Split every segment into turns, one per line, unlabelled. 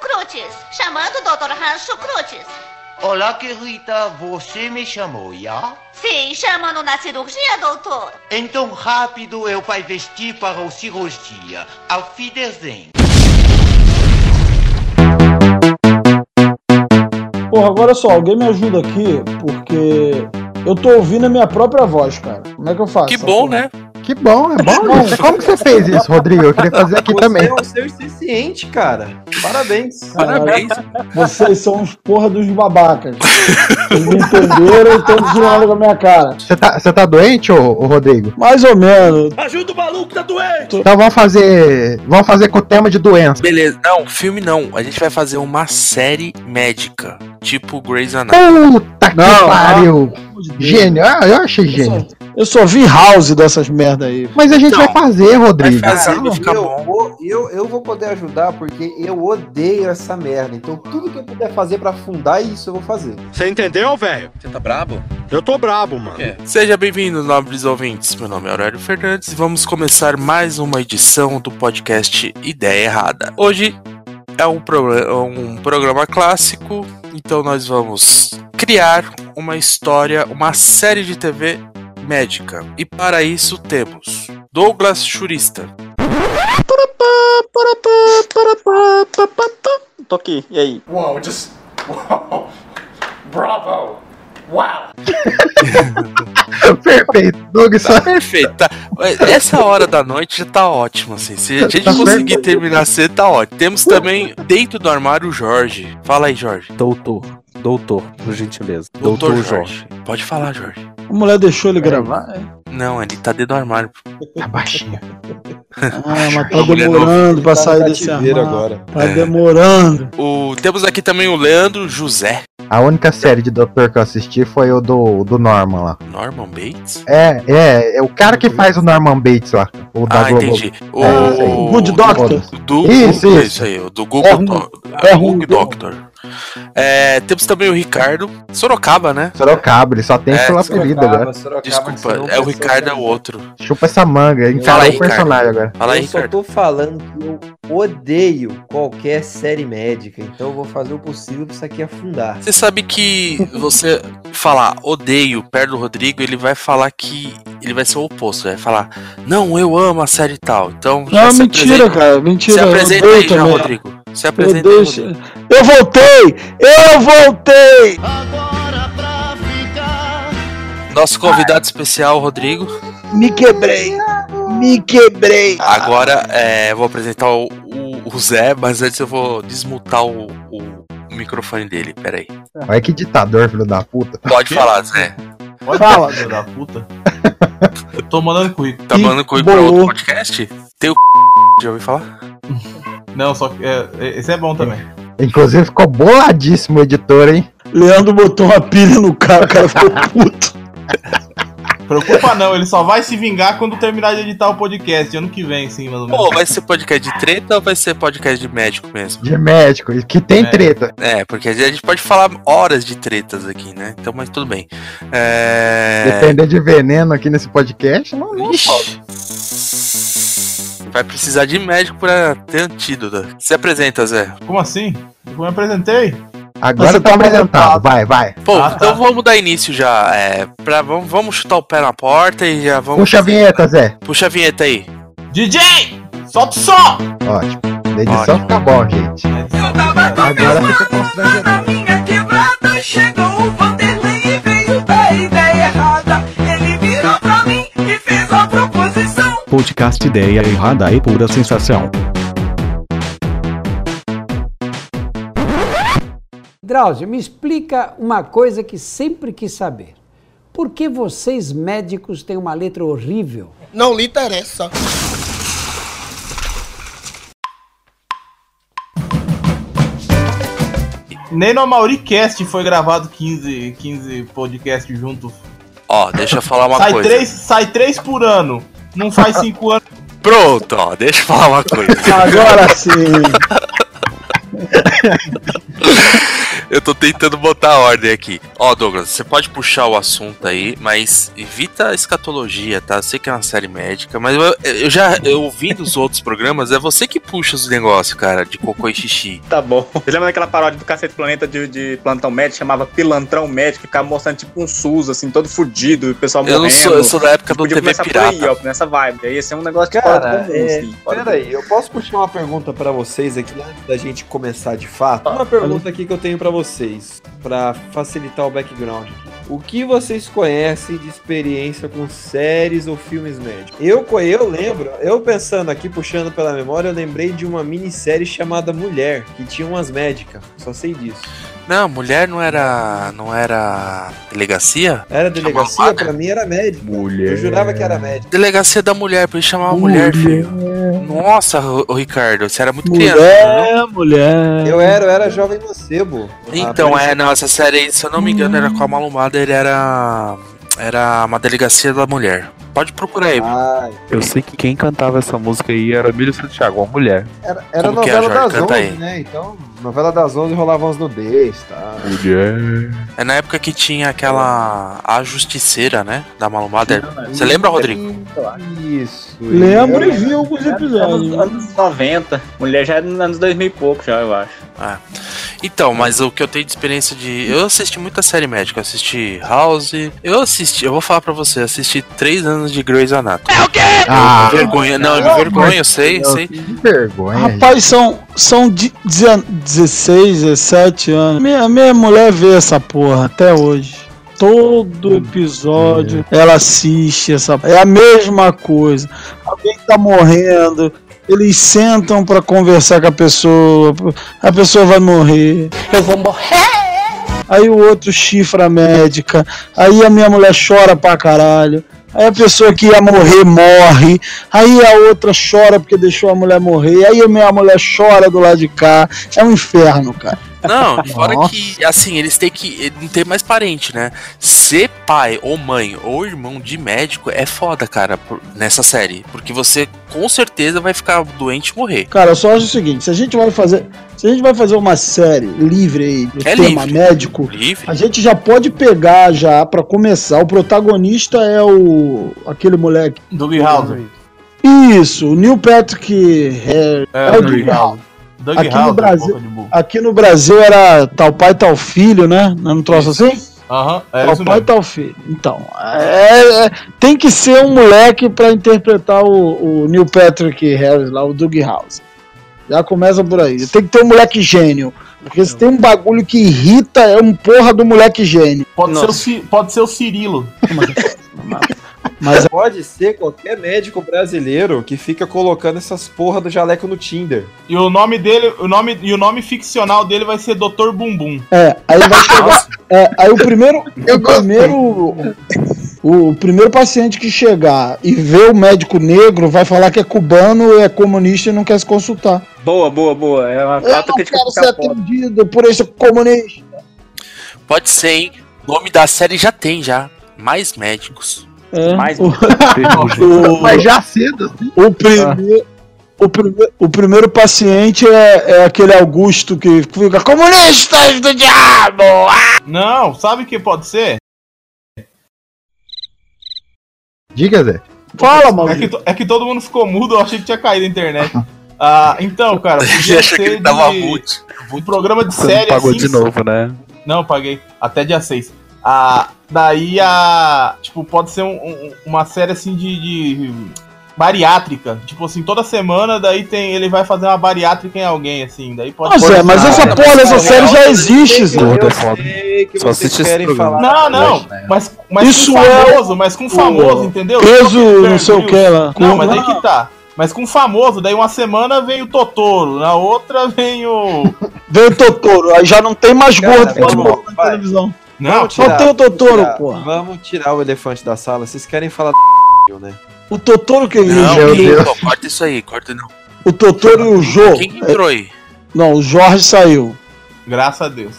Cruzes, chamando o Dr. Rancho Cruzes.
Olá, querida, você me chamou, já?
Sim, chamando na cirurgia, doutor.
Então rápido eu vai vestir para a cirurgia. Auf Wiedersehen.
Porra, agora só, alguém me ajuda aqui, porque eu tô ouvindo a minha própria voz, cara. Como é que eu faço?
Que bom, né?
Que bom, é bom. isso. Como que você fez isso, Rodrigo? Eu queria fazer aqui também.
um
é o seu eficiente, cara. Parabéns.
Parabéns.
Vocês são uns porra dos babacas. Vocês me entenderam e estão zoando com a minha cara.
Você tá, você tá doente, ô, ô Rodrigo?
Mais ou menos.
Ajuda o maluco, tá doente!
Então vamos fazer. Vamos fazer com o tema de doença.
Beleza, não, filme não. A gente vai fazer uma série médica, tipo Grey's Anatomy.
Puta que
Não,
pariu! Gênio, ah, eu achei
Eu só,
gênio.
eu só vi house dessas merda aí.
Mas a gente
Não.
vai fazer, Rodrigo.
Vai fazer.
eu,
fica bom.
vou- eu, eu vou poder ajudar porque eu odeio essa merda. Então, tudo que eu puder fazer pra afundar isso, eu vou fazer.
Você entendeu, velho?
Você tá brabo?
Eu tô brabo, mano.
quê?
Seja bem-vindo, nobres ouvintes. Meu nome é Aurélio Fernandes e vamos começar mais uma edição do podcast Ideia Errada. Hoje é um, pro- é um programa clássico, então nós vamos criar uma história, uma série de TV médica. E para isso temos Douglas Churista,
Tô aqui, e aí?
Ah, Perfeito. Doug, só...
Perfeito. tá. Essa hora da noite já tá ótima, assim. Se a gente
Tá
conseguir terminar cedo, tá ótimo. Temos também Dentro do Armário o Jorge. Fala aí, Jorge.
Doutor, doutor, por gentileza.
Doutor, Jorge. Pode falar, Jorge.
A mulher deixou ele gravar? é?
Não, ele tá dentro do armário.
Tá baixinho.
Ah, mas
A
tá
mulher não-
demorando pra
Tá no
sair desse
cativeiro
armário.
agora.
Tá demorando.
O... Temos aqui também o Leandro José.
A única série de doutor que eu assisti foi o do, do Norman lá.
Norman Bates?
É, é, é o cara que faz o Norman Bates lá. O da
ah,
Globo.
entendi. O...
É, sei.
O Good Doctor.
Do Google,
Isso, isso.
isso aí, o do
É
Google
ruim.
Doc- ah,
É ruim.
Google Doctor. É, temos também o Ricardo Sorocaba, né?
Sorocaba, ele só tem
É,
pelo apelido agora.
né?
Desculpa,
um
é o Ricardo é o outro.
Chupa essa manga,
Fala
encarou
aí,
o personagem agora.
Fala aí,
né? eu só
Ricardo.
tô falando que eu odeio qualquer série médica. Então, eu vou fazer o possível pra isso aqui afundar.
Você sabe que você falar odeio perto do Rodrigo, ele vai falar que ele vai ser o oposto, vai falar não, eu amo a série tal. Então já
Não,
se
mentira,
apresenta,
cara. Mentira.
se apresenta
eu
aí
odeio
já,
também.
Rodrigo. Se
Eu
apresenta aí,
odeio esse-
Rodrigo.
Eu voltei! Eu voltei!
Agora pra ficar.
Nosso convidado especial, Rodrigo.
Me quebrei! Me quebrei!
Agora é, vou apresentar o, o- o Zé, mas antes eu vou desmutar o, o microfone dele. Peraí.
Olha que ditador, filho da puta.
Pode falar, Zé.
Fala.
Filho da puta. Eu tô mandando currículo.
Tá
Ih,
mandando currículo pra
bolou.
outro podcast? Tem o já ouviu falar?
Não, só que. É, esse é bom também.
Inclusive ficou boladíssimo o editor, hein?
Leandro botou uma pilha no cara, o cara ficou puto.
Preocupa não, ele só vai se vingar quando terminar de editar o podcast, ano é que vem, sim, mais ou menos.
Pô, vai ser podcast de treta ou vai ser podcast de médico mesmo?
De médico, que tem
É.
treta.
É, porque a gente pode falar horas de tretas aqui, né? Então, mas tudo bem. É...
Depender de veneno aqui nesse podcast, não, não
Ixi. Vai precisar de médico pra ter antídoto. Se apresenta, Zé.
Como assim? Eu me apresentei?
Agora
Você
tá
tá
apresentado,
apresentado.
vai, vai.
Pô,
Ah, tá.
então vamos dar início já. É, pra, vamos, vamos chutar o pé na porta e já vamos.
Puxa a vinheta, Zé.
Puxa a vinheta aí.
DJ! Solta o som!
Ótimo. Na edição
Ótimo.
fica bom, gente. Agora fica constrangedor.
Podcast Ideia Errada e Pura Sensação.
Drauzio, me explica uma coisa que sempre quis saber. Por que vocês médicos têm uma letra horrível?
Não lhe interessa.
Nem no Amauricast foi gravado 15, 15 podcasts juntos.
Ó, deixa eu falar uma
Sai
coisa.
três, sai três por ano. Não faz cinco anos.
Pronto, ó, deixa eu falar uma coisa.
Agora sim!
Eu tô tentando botar ordem aqui. Ó, Douglas, você pode puxar o assunto aí, mas evita a escatologia, tá? Eu sei que é uma série médica, mas eu, eu já eu ouvi dos outros programas, é você que puxa os negócios, cara, de cocô e xixi.
Tá bom. Você lembra daquela paródia do Cacete Planeta de, de plantão médico? Chamava Pilantrão Médico, que ficava mostrando tipo um SUS, assim, todo fudido, e o pessoal
Eu não
Tá morrendo.
sou- eu sou da época do
Podia
TV
começar por aí,
pirata.
ó, nessa vibe. Aí ia ser um negócio de fora
Cara,
do comum,
é,
assim. fora do
peraí, eu posso puxar uma pergunta pra vocês aqui antes da gente começar de fato? Uma pergunta aqui que eu tenho pra vocês, pra facilitar o background. O que vocês conhecem de experiência com séries ou filmes médicos? Eu, co- eu lembro, eu pensando aqui, puxando pela memória, eu lembrei de uma minissérie chamada Mulher, que tinha umas médicas, só sei disso.
Não, mulher não era. não era. delegacia?
Era delegacia? Pra mim era médica. Eu jurava que era médica.
Delegacia da mulher, pra ele chamar a mulher, filho. Nossa, Ro- ô, Ricardo, você era muito criança. né?
Mulher, mulher.
Eu era, eu era jovem mancebo.
Então,
Ah,
é, não, essa série aí, se eu não me engano, era com a Malumada, ele era. Era uma delegacia da mulher. Pode procurar aí.
Ah,
Eu sei que quem cantava essa música aí era Emílio Santiago, uma mulher.
Era, era
Como que é,
novela
Jorge?
das
Canta
11,
aí.
né? Então, novela das 11 rolava uns nudez, tá?
Mulher.
É na época que tinha aquela. A Justiceira, né? Da Malumada. Você lembra, Rodrigo?
Isso.
Lembro e vi alguns
Anos,
episódios.
anos 90. Mulher já é nos anos 2000 e pouco, já, eu acho.
Ah. Então, mas o que eu tenho de experiência de. Eu assisti muita série médica. Eu assisti House. Eu assisti. Eu vou falar pra você. Eu assisti três anos de Grey's Anatomy. É o quê?
Ah,
vergonha. Não, eu
não,
me vergonho, eu sei, sei.
que vergonha.
Rapaz, são, são de- dezen- 16, 17 anos. Minha, minha mulher vê essa porra até hoje. Todo episódio ela assiste essa. É a mesma coisa. Alguém tá morrendo. Eles sentam pra conversar com a pessoa. A pessoa vai morrer.
Eu vou morrer.
Aí o outro chifra a médica. Aí a minha mulher chora pra caralho. Aí a pessoa que ia morrer morre. Aí a outra chora porque deixou a mulher morrer. Aí a minha mulher chora do lado de cá. É um inferno, cara.
Não, fora que, assim, eles têm que. Não tem mais parente, né? Ser pai ou mãe ou irmão de médico é foda, cara, por- nessa série. Porque você com certeza vai ficar doente e morrer.
Cara, eu só acho o seguinte: se a gente vai fazer, se a gente vai fazer uma série livre aí do
É
tema
livre.
médico,
Livre.
a gente já pode pegar já pra começar. O protagonista é o aquele moleque.
Doug Hauser.
Isso, o Neil Patrick Harris. É o Doug Hauser.
Doug
Aqui no
Hauser,
Brasil-
boca de burro.
Aqui no Brasil era tal pai, tal filho, né? Não é um troço assim?
Aham, é
Tal
isso
pai,
mesmo.
tal filho. Então, é- é- tem que ser um moleque pra interpretar o, o Neil Patrick Harris lá, o Doug House. Já começa por aí. Tem que ter um moleque gênio. Porque se tem um bagulho que irrita, é um porra do moleque gênio.
Pode ser, o, Ci- pode ser o Cirilo. é-
Mas
Pode ser qualquer médico brasileiro que fica colocando essas porra do jaleco no Tinder.
E o nome dele, o nome, e o nome ficcional dele vai ser Dr. Bumbum.
é, aí vai chegar. é, aí o primeiro. O primeiro, o, o primeiro paciente que chegar e ver o médico negro vai falar que é cubano, é comunista e não quer se consultar.
Boa, boa, boa. É uma
Eu
falta
não
que
quero ser atendido por esse comunista.
Pode ser, hein? O nome da série já tem, já. Mais médicos.
É.
Mais-
o,
um
Mas já cedo.
o, primeiro, o, prime- o primeiro paciente é, é aquele Augusto que fica comunistas do diabo!
Não, sabe o que pode ser?
Diga, Zé.
Fala,
É que,
maluco.
to- é que todo mundo ficou mudo, eu achei que tinha caído a internet. Ah, então, cara,
Ele
podia
acha que
ser
ele tava
de-
mute.
um programa de
Você não
série
pagou
assim,
de novo, né?
Não, paguei. Até dia 6. Ah, daí a. Tipo, pode ser um- um- uma série assim de, de Bariátrica. Tipo assim, toda semana daí tem. Ele vai fazer uma bariátrica em alguém, assim. Daí pode.
Não, Zé, mas é essa
Não,
porra, essa
mas
série já existe, Zé.
né?
Gordo é
eu
foda.
sei que
Só
vocês
assiste esse
querem
programa.
falar.
Não, não. Mas, mas
né? Isso
com
é
famoso, mas com famoso, entendeu?
Peso, não sei o né? que lá.
Não, mas aí que tá. Mas com famoso, daí uma semana vem o Totoro, na outra vem o.
Veio o Totoro, aí já não tem mais
Cara,
gordo pra
vamos,
botar na
vai.
televisão.
Não,
Vamos
Só
tirar,
tem o Totoro,
tirar.
porra.
Vamos tirar o elefante da sala. Vocês querem falar do né?
O Totoro que
Não,
Meu
quem-
Deus.
pô, corta isso aí, corta não.
O Totoro e o Jô.
Quem entrou
é-
aí?
Não, o Jorge saiu.
graças a Deus.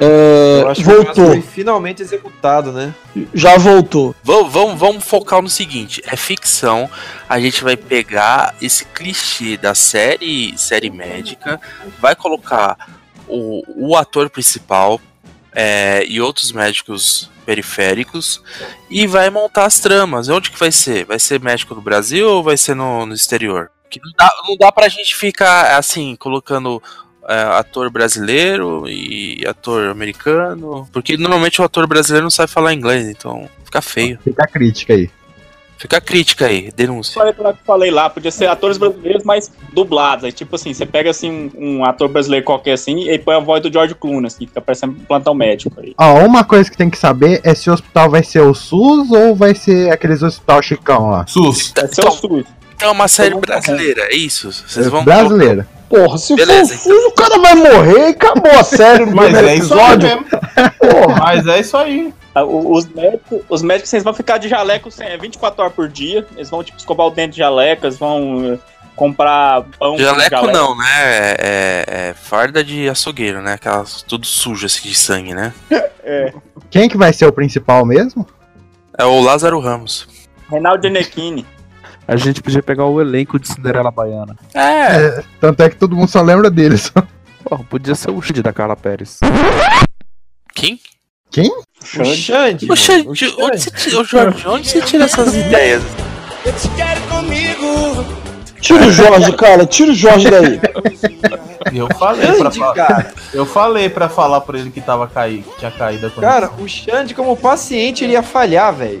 É,
Eu acho que o negócio
voltou.
foi finalmente executado, né?
Já voltou.
Vamos, vamos, vamos focar no seguinte: é ficção. A gente vai pegar esse clichê da série série médica, vai colocar o, o ator principal é, e outros médicos periféricos e vai montar as tramas. Onde que vai ser? Vai ser médico no Brasil ou vai ser no, no exterior? Que não dá, não dá pra gente ficar assim, colocando é, ator brasileiro e ator americano. Porque normalmente o ator brasileiro não sabe falar inglês, então fica feio.
Fica a crítica aí.
Fica a crítica aí, denúncia.
Falei, pra- falei lá, podia ser atores brasileiros, mas dublados. Aí, tipo assim, você pega assim um, um ator brasileiro qualquer assim e põe a voz do George Clooney, assim, fica parecendo um plantão médico aí.
Ó, uma coisa que tem que saber é se o hospital vai ser o SUS ou vai ser aqueles hospital chicão lá.
SUS.
Esse é o SUS.
Então é uma série brasileira, é isso? Vocês vão.
Brasileira.
Porra, se
Beleza,
for um o SUS, o cara vai morrer e acabou a série no
Mas
primeiro
é isso aí
episódio.
mesmo. Mas é isso aí.
Ah, o- Os médicos, os médicos, vocês vão ficar de jaleco sem- é, 24 horas por dia. Eles vão, tipo, escovar o dente de jaleco, eles vão eh, comprar pão com
Jaleco não, né? É, é- é farda de açougueiro, né? Aquelas tudo sujo assim de sangue, né?
É,
Quem que vai ser o principal mesmo?
É o Lázaro Ramos.
Reinaldo Gianecchini.
A gente podia pegar o elenco de Cinderela Baiana.
É.
Tanto é que todo mundo só lembra deles.
Porra, podia ser o Xande da Carla Pérez.
Quem?
Quem?
O Xande.
mano.
O Xande, onde você tira, ô, Jorge, onde você tira essas ideias?
Tira o Jorge, cara, tira o Jorge daí.
Eu falei pra
Grande,
falar.
cara.
Eu falei pra falar pra ele que tava caído, que tinha caído a
Cara, o Xande, como paciente, ele ia falhar, velho.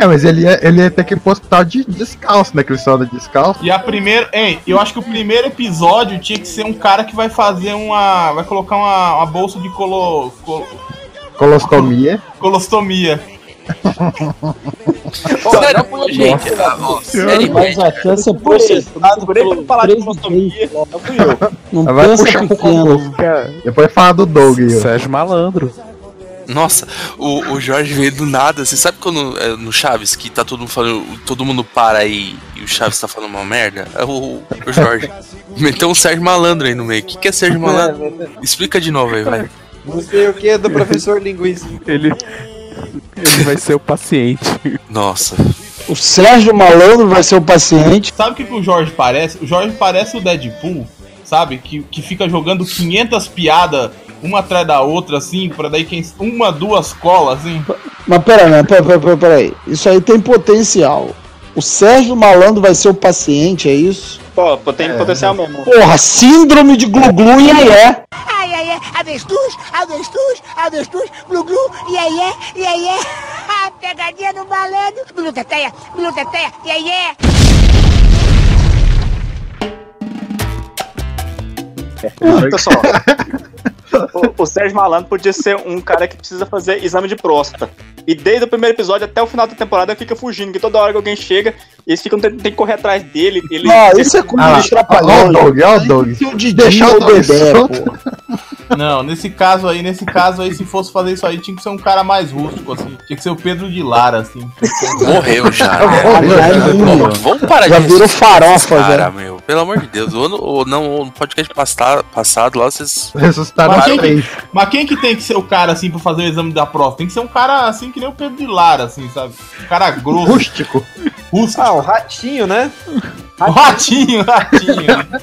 É, mas ele ia, ele ia ter que ir pro hospital de descalço, né? Que ele só anda descalço.
E a primeira. Hein, eu acho que o primeiro episódio tinha que ser um cara que vai fazer uma. Vai colocar uma, uma bolsa de colo, colo-
Colostomia.
colostomia.
Sério, gente, ah, ó, série
Mas
médica.
até ser processado por três vezes. Não
Ela vai
pensa
puxar pro
pequeno.
Depois fala do Doug. ó.
Sérgio Malandro.
Nossa, o, o Jorge veio do nada. Você sabe quando é, no Chaves que tá todo mundo falando, todo mundo para aí e o Chaves tá falando uma merda? É o, o Jorge. Meteu um Sérgio Malandro aí no meio. O que, que é Sérgio Malandro? Explica de novo aí, vai.
Não sei o que do professor linguista.
Ele. Ele vai ser o paciente.
Nossa.
O Sérgio Malandro vai ser o paciente.
Sabe o que, que o Jorge parece? O Jorge parece o Deadpool, sabe? Que, que fica jogando 500 piadas uma atrás da outra, assim, pra daí quem. Uma, duas colas, assim.
Mas pera, né? Pera, pera, pera, pera aí. Isso aí tem potencial. O Sérgio Malandro vai ser o paciente, é isso?
Pô, pô, tem potencial mesmo.
Porra, síndrome de Gluglu e aí é.
Ai, ai, ai, avestruz, avestruz, avestruz, glu-glu, iê, iê, iê, iê. Ah, Pegadinha do malandro. Biluteteia, biluteteia, iê, iê.
Pessoal, o, o Sérgio Malandro podia ser um cara que precisa fazer exame de próstata. E desde o primeiro episódio até o final da temporada fica fugindo, que toda hora que alguém chega, eles ficam tentando tem que correr atrás dele. Ele,
Não,
ele-
isso é coisa
Ah,
de
Olha o
estrapalhão.
Doug, olha o Doug.
Se o Didi
Deixar o Doug
beber,
solto.
pô.
Não, nesse caso aí, nesse caso aí, se fosse fazer isso aí, tinha que ser um cara mais rústico, assim. Tinha que ser o Pedro de Lara, assim.
Morreu já. né? Bom,
Caralho.
vamos parar
Já
de
virou farofa,
cara,
já.
meu. Pelo amor de Deus. O ano, o, não, o podcast pasta- passado lá, vocês.
Ressuscitaram
Mas
as
quem-
três.
Mas quem que tem que ser o cara, assim, pra fazer o exame da prova? Tem que ser um cara, assim, que nem o Pedro de Lara, assim, sabe? Um cara grosso,
Rústico.
rústico.
Ah, o ratinho, né?
O Um Ratinho, ratinho. né?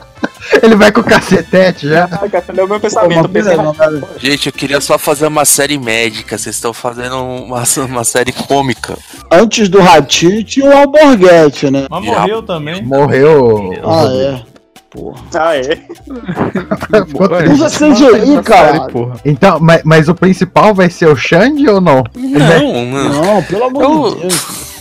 Ele vai com o cacetete já.
Ah, cara, é o meu
Pô,
pensamento.
mas
Eu pensei,
pera, não, cara.
Gente, eu queria só fazer uma série médica. Vocês estão fazendo uma, uma série cômica.
Antes do Ratinho tinha o Alborguete, né?
Mas
Já.
morreu também.
Morreu.
Ah, é.
ah, é.
Ficou
Ué,
triste.
Usa
gente, não
CGI,
faz essa
cara.
série, porra.
Então, mas, mas o principal vai ser o Xande ou não?
Não, não.
Não, pelo amor
Eu-
de Deus.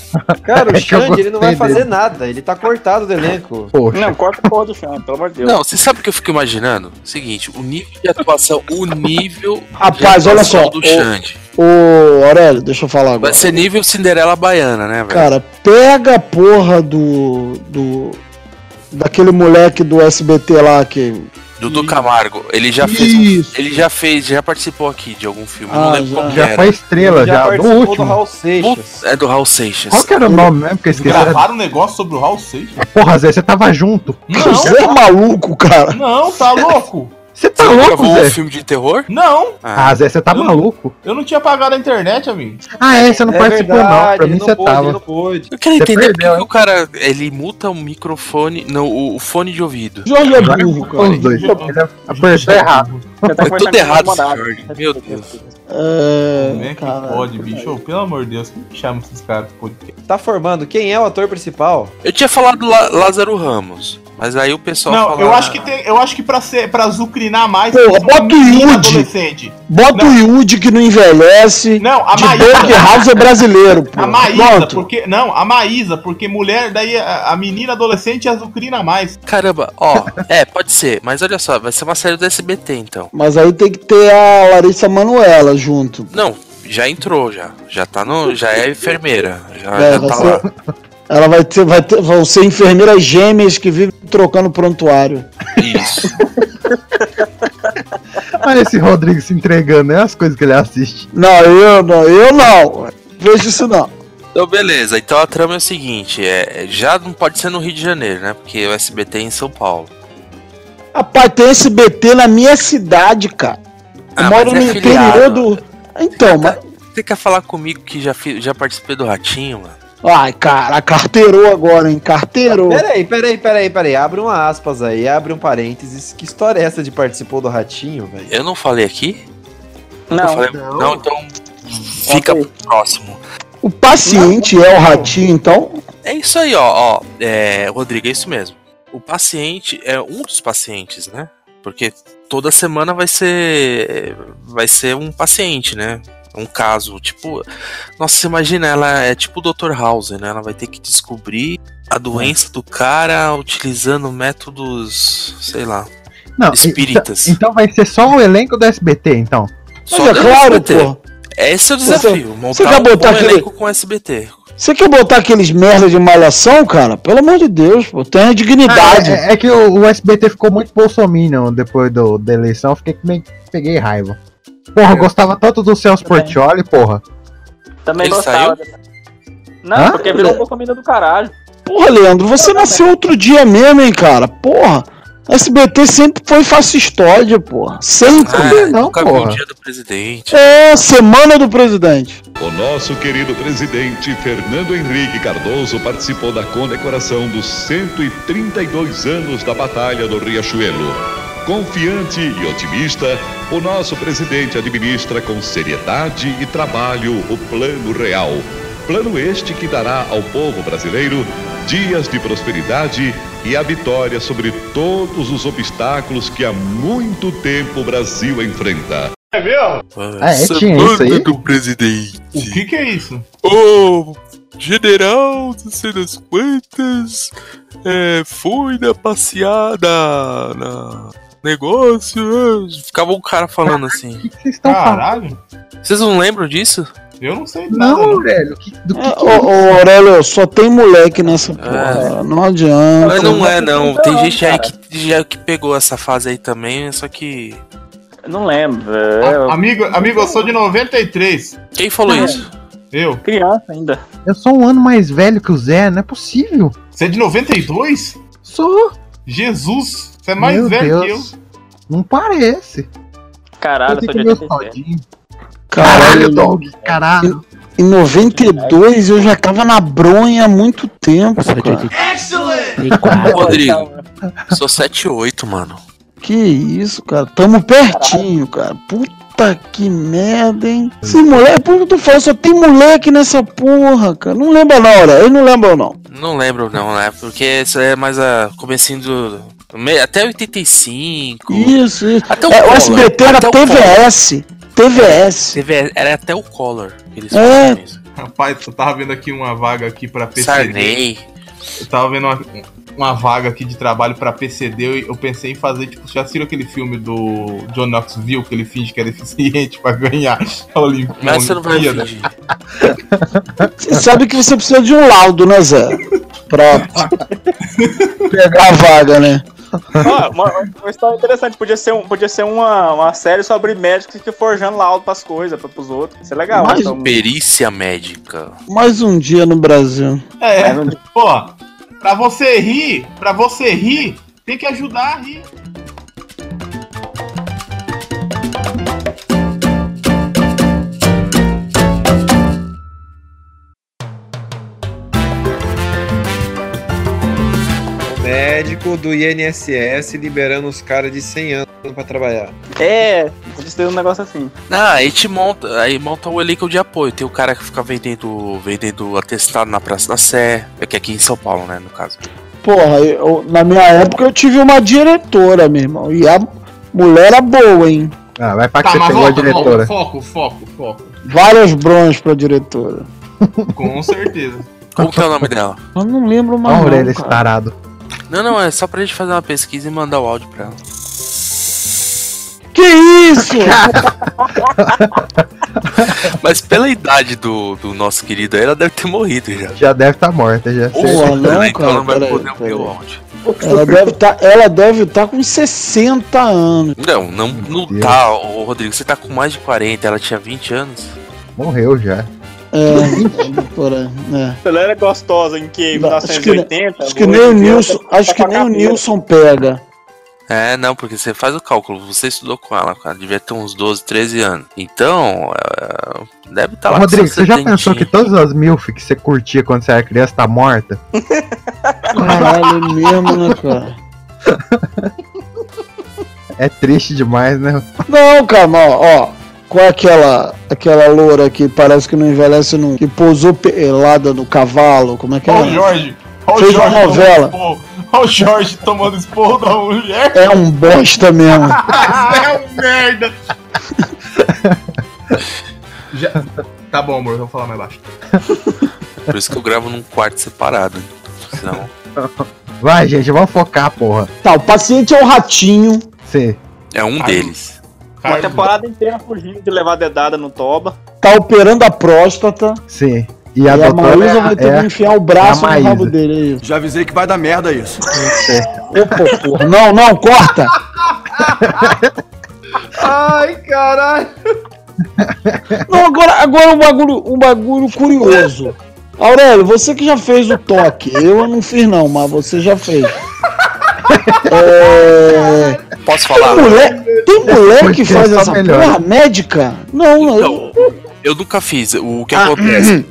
Cara, o
É que eu
Xande, ele não vai
gostei
fazer nada. Ele tá cortado do elenco.
Poxa.
Não, corta a porra do chão, pelo amor de Deus.
Não, você sabe o que eu fico imaginando? Seguinte, o nível de atuação, o nível. de
Rapaz, olha
atuação
só,
Do
o-
Xande.
Ô, Aurélio, deixa eu falar agora.
Vai ser nível Cinderela Baiana, né, velho?
Cara, pega a porra do. do. Daquele moleque do SBT lá que.
Dudu Camargo. Ele já fez. um- Ele já fez, já participou aqui de algum filme. não
Ah,
lembro
já.
qual que
Já
era.
foi estrela, já. Do
do
último.
Raul Seixas.
Putz, É do Raul Seixas.
Qual que era o nome mesmo? Porque eu esqueci.
Gravaram um negócio sobre o Raul Seixas?
Porra, Zé, você tava junto.
Você é maluco, cara.
Não, tá louco?
Você tá
nunca
louco,
viu um
Zé?
filme de terror?
Não!
Ah, Zé, você tá maluco.
Eu não tinha pagado a internet, amigo.
Ah, é, você não
É
participou não.
verdade,
Pra mim
não
você
pôde,
tava.
não Eu quero entender por que o cara ele muta o microfone, não, o, o fone de ouvido.
Jorge é
burro, cara. Os dois. Apertou errado.
tá
É tudo errado, esse
né?
Jorge. Meu Deus.
É.
que pode, bicho? Ô, Pelo amor de Deus, como que chama esses caras pro podcast?
Tá formando quem é o ator principal?
Eu tinha falado Lá- Lázaro Ramos, mas aí o pessoal
Não,
fala-
eu acho que tem. Eu acho que pra, ser, pra azucrinar mais.
Porra,
tem que ser
bota o
um menino
Yudi.
adolescente.
Bota o Yudi que não envelhece.
Não, a
de
Maíra.
Burger House é brasileiro, pô.
A Maísa,
Pronto.
porque. Não, a Maísa, porque mulher, daí a, a menina adolescente azucrina mais.
Caramba, ó, é, pode ser, mas olha só, vai ser uma série do SBT então.
Mas aí tem que ter a Larissa Manuela junto.
Não, já entrou já. Já tá no. Já é enfermeira. Já,
É,
já
vai
tá
ser-
lá.
Ela vai ter, vai ter- vão ser enfermeiras gêmeas que vivem trocando prontuário.
Isso.
Olha esse Rodrigo se entregando, é as coisas que ele assiste.
Não, eu não, eu não. Vejo isso não.
Então, beleza. Então a trama é o seguinte: é, já não pode ser no Rio de Janeiro, né? Porque o SBT é em São Paulo.
Rapaz, tem SBT na minha cidade, cara. Eu
Ah,
moro no
mas é
interior
filiado.
do. Então, mas.
Você quer falar comigo que já, fi- já participei do Ratinho, mano?
Ai, cara, carteirou agora, hein? Carteirou.
Peraí, peraí, peraí, peraí. Abre um aspas aí, abre um parênteses. Que história é essa de participou do Ratinho, velho?
Eu não falei aqui?
Não.
Eu falei- não. então fica pro próximo.
O paciente é o ratinho, então.
É isso aí, ó. ó é, Rodrigo, é isso mesmo. O paciente é um dos pacientes, né? Porque toda semana vai ser. Vai ser um paciente, né? Um caso, tipo. Nossa, você imagina, ela é tipo o Dr. House, né? Ela vai ter que descobrir a doença do cara utilizando métodos. sei lá.
Não,
espíritas.
Então, então vai ser só o elenco do SBT, então.
Só
Mas é
do
claro,
SBT.
pô.
Esse é o
Você-
desafio.
você
montar
quer
um
botar
bom
aquele-
elenco com SBT.
Você quer botar aqueles merda de malhação, cara? Pelo amor de Deus, pô. Tenha dignidade.
Ah, é, é que o, o SBT ficou muito bolsominion depois do, da eleição, eu fiquei que meio que peguei raiva. Porra, eu gostava tanto do Celso Portioli, porra.
Também
Ele
gostava. dessa- Não,
Hã?
porque virou uma comida do caralho.
Porra, Leandro, você nasceu outro dia mesmo, hein, cara? Porra. SBT sempre foi fascistóide, porra. Sempre.
Ah, nunca vi o
porra.
dia do presidente.
É, semana do presidente.
O nosso querido presidente Fernando Henrique Cardoso participou da condecoração dos 132 anos da Batalha do Riachuelo. Confiante e otimista, o nosso presidente administra com seriedade e trabalho o Plano Real. Plano este que dará ao povo brasileiro dias de prosperidade e a vitória sobre todos os obstáculos que há muito tempo o Brasil enfrenta. É mesmo?
Ah, é, tinha isso aí?
do presidente.
O que que é isso?
Então
Ô, general, não sei das quantas, é, foi na passeada, na negócio, é. ficava um cara falando assim.
Vocês
estão Caralho,
Vocês não lembram disso?
eu não sei nada.
Não, velho. que- do
que que é Ô, ô, Aurélio, só tem moleque nessa porra. Não adianta.
Ah. Mas não é não, tem gente aí que, já que pegou essa fase aí também, só que...
Não lembro. é,
Ah,
Amigo, amigo, eu sou de 93.
Quem falou isso?
Eu.
Criança ainda.
Eu sou um ano mais velho que o Zé, não é possível.
Você é de 92?
Sou.
Jesus, você é mais
Meu
velho
Deus.
que eu.
Não parece.
Caralho,
eu
eu sou
tenho
de
que comer
86.
todinho.
Caralho,
dog, caralho.
Em 92 eu já tava na bronha há muito tempo, cara.
Rodrigo, sou 7'8", mano.
Que isso, cara. Tamo pertinho, cara. Puta que merda, hein?
Hum.
Esse moleque, por que tu fala? Só tem moleque nessa porra, cara. Não lembra não, olha. Eu não lembro não.
Não lembro não, né? Porque isso é mais a comecinho do... me- Até 85...
Isso, isso.
Até o
É, o
Collor,
SBT era
até o
TVS. TVS.
Teve- Era até o Collor que eles
É.
faziam isso.
Rapaz, eu tava vendo aqui uma vaga aqui pra PCD.
Sarney.
Eu tava vendo uma, uma vaga aqui de trabalho pra PCD e eu pensei em fazer, tipo, já assistiram aquele filme do John Knoxville, que ele finge que é deficiente pra ganhar a Olim- a Olimpíada.
Mas você não vai fingir.
Você sabe que você precisa de um laudo, né, Zé? Pra pegar a vaga, né?
Ó, uma, uma história interessante. Podia ser, um, podia ser uma, uma série sobre médicos que forjando laudo pras coisas, pra, pros outros. Isso é legal.
Mas-
então.
Perícia médica.
Mais um dia no Brasil.
É, pô, pra você rir, pra você rir, tem que ajudar a rir.
É médico do INSS liberando os caras de 100 anos pra trabalhar.
É, podia ser um negócio assim.
Ah, aí te monta, aí monta o elenco de apoio. Tem o cara que fica vendendo, vendendo atestado na Praça da Sé, é que aqui em São Paulo, né, no caso.
Porra, eu- na minha época eu tive uma diretora, meu irmão. E a mulher era boa, hein?
Ah, vai pra
Tá,
que você
mas
pegou
volta,
a diretora.
volta, foco, foco, foco.
Várias bronzes pra diretora.
Com certeza.
Como que é o nome dela?
Eu não lembro mais.
Olha a
não,
orelha, esse
cara.
tarado.
Não, não, é só pra gente fazer uma pesquisa e mandar o áudio pra ela.
Que isso?
Mas pela idade do, do nosso querido aí, ela deve ter morrido já.
Já deve estar tá morta, já.
Ou
não,
né, então
cara,
ela não vai
peraí,
poder ouvir o áudio.
Ela deve tá, ela deve estar com 60 anos.
Não, não, não tá, ô Rodrigo, você tá com mais de 40, ela tinha 20 anos.
Morreu já.
É, por aí, é.
Ela era gostosa em que?
Acho que,
1980?
acho que nem
hoje
o
em dia ela
Nilson,
tá-
acho
tá
que
com a
nem o
caveira.
Nilson pega.
É, não, porque você faz o cálculo, você estudou com ela, cara, devia ter uns 12, 13 anos. Então, é, deve estar tá lá com
Rodrigo,
seus
você já pensou que
setentinha.
todas as milf que você curtia quando você era criança tá morta?
Caralho, é mesmo, né, cara?
É triste demais, né?
Não, calma, ó. ó. Qual é aquela, aquela loura que parece que não envelhece nunca? Que pousou pelada no cavalo? Como é que é?
Olha o Jorge. Olha o
Fez uma
Jorge tomando
novela.
esporro. Olha o Jorge tomando esporro da mulher.
É um bosta mesmo.
Ah,
é um merda. Já... Tá bom, amor, eu vou falar mais baixo.
Por isso que eu gravo num quarto separado. Senão,
Vai, gente, vamos focar, porra.
Tá, o paciente é o ratinho.
Sim.
é um deles.
Uma temporada inteira fugindo de levar dedada no toba.
Tá operando a próstata.
Sim. E a,
e a
doutora
Maísa
é-
vai ter
é
que enfiar o braço
a
no rabo
Maísa.
dele. É isso.
Já avisei que vai dar merda isso.
Opa, porra. Não, não, corta!
Ai, caralho!
Não, agora, agora um, bagulho, um bagulho curioso. Aurélio, você que já fez o toque. Eu não fiz, não, mas você já fez. É...
Posso
Tem
falar?
mulher, tem mulher que
Porque
faz
é só
essa
melhora.
porra médica? Não, não.
Então, eu nunca fiz. O que acontece?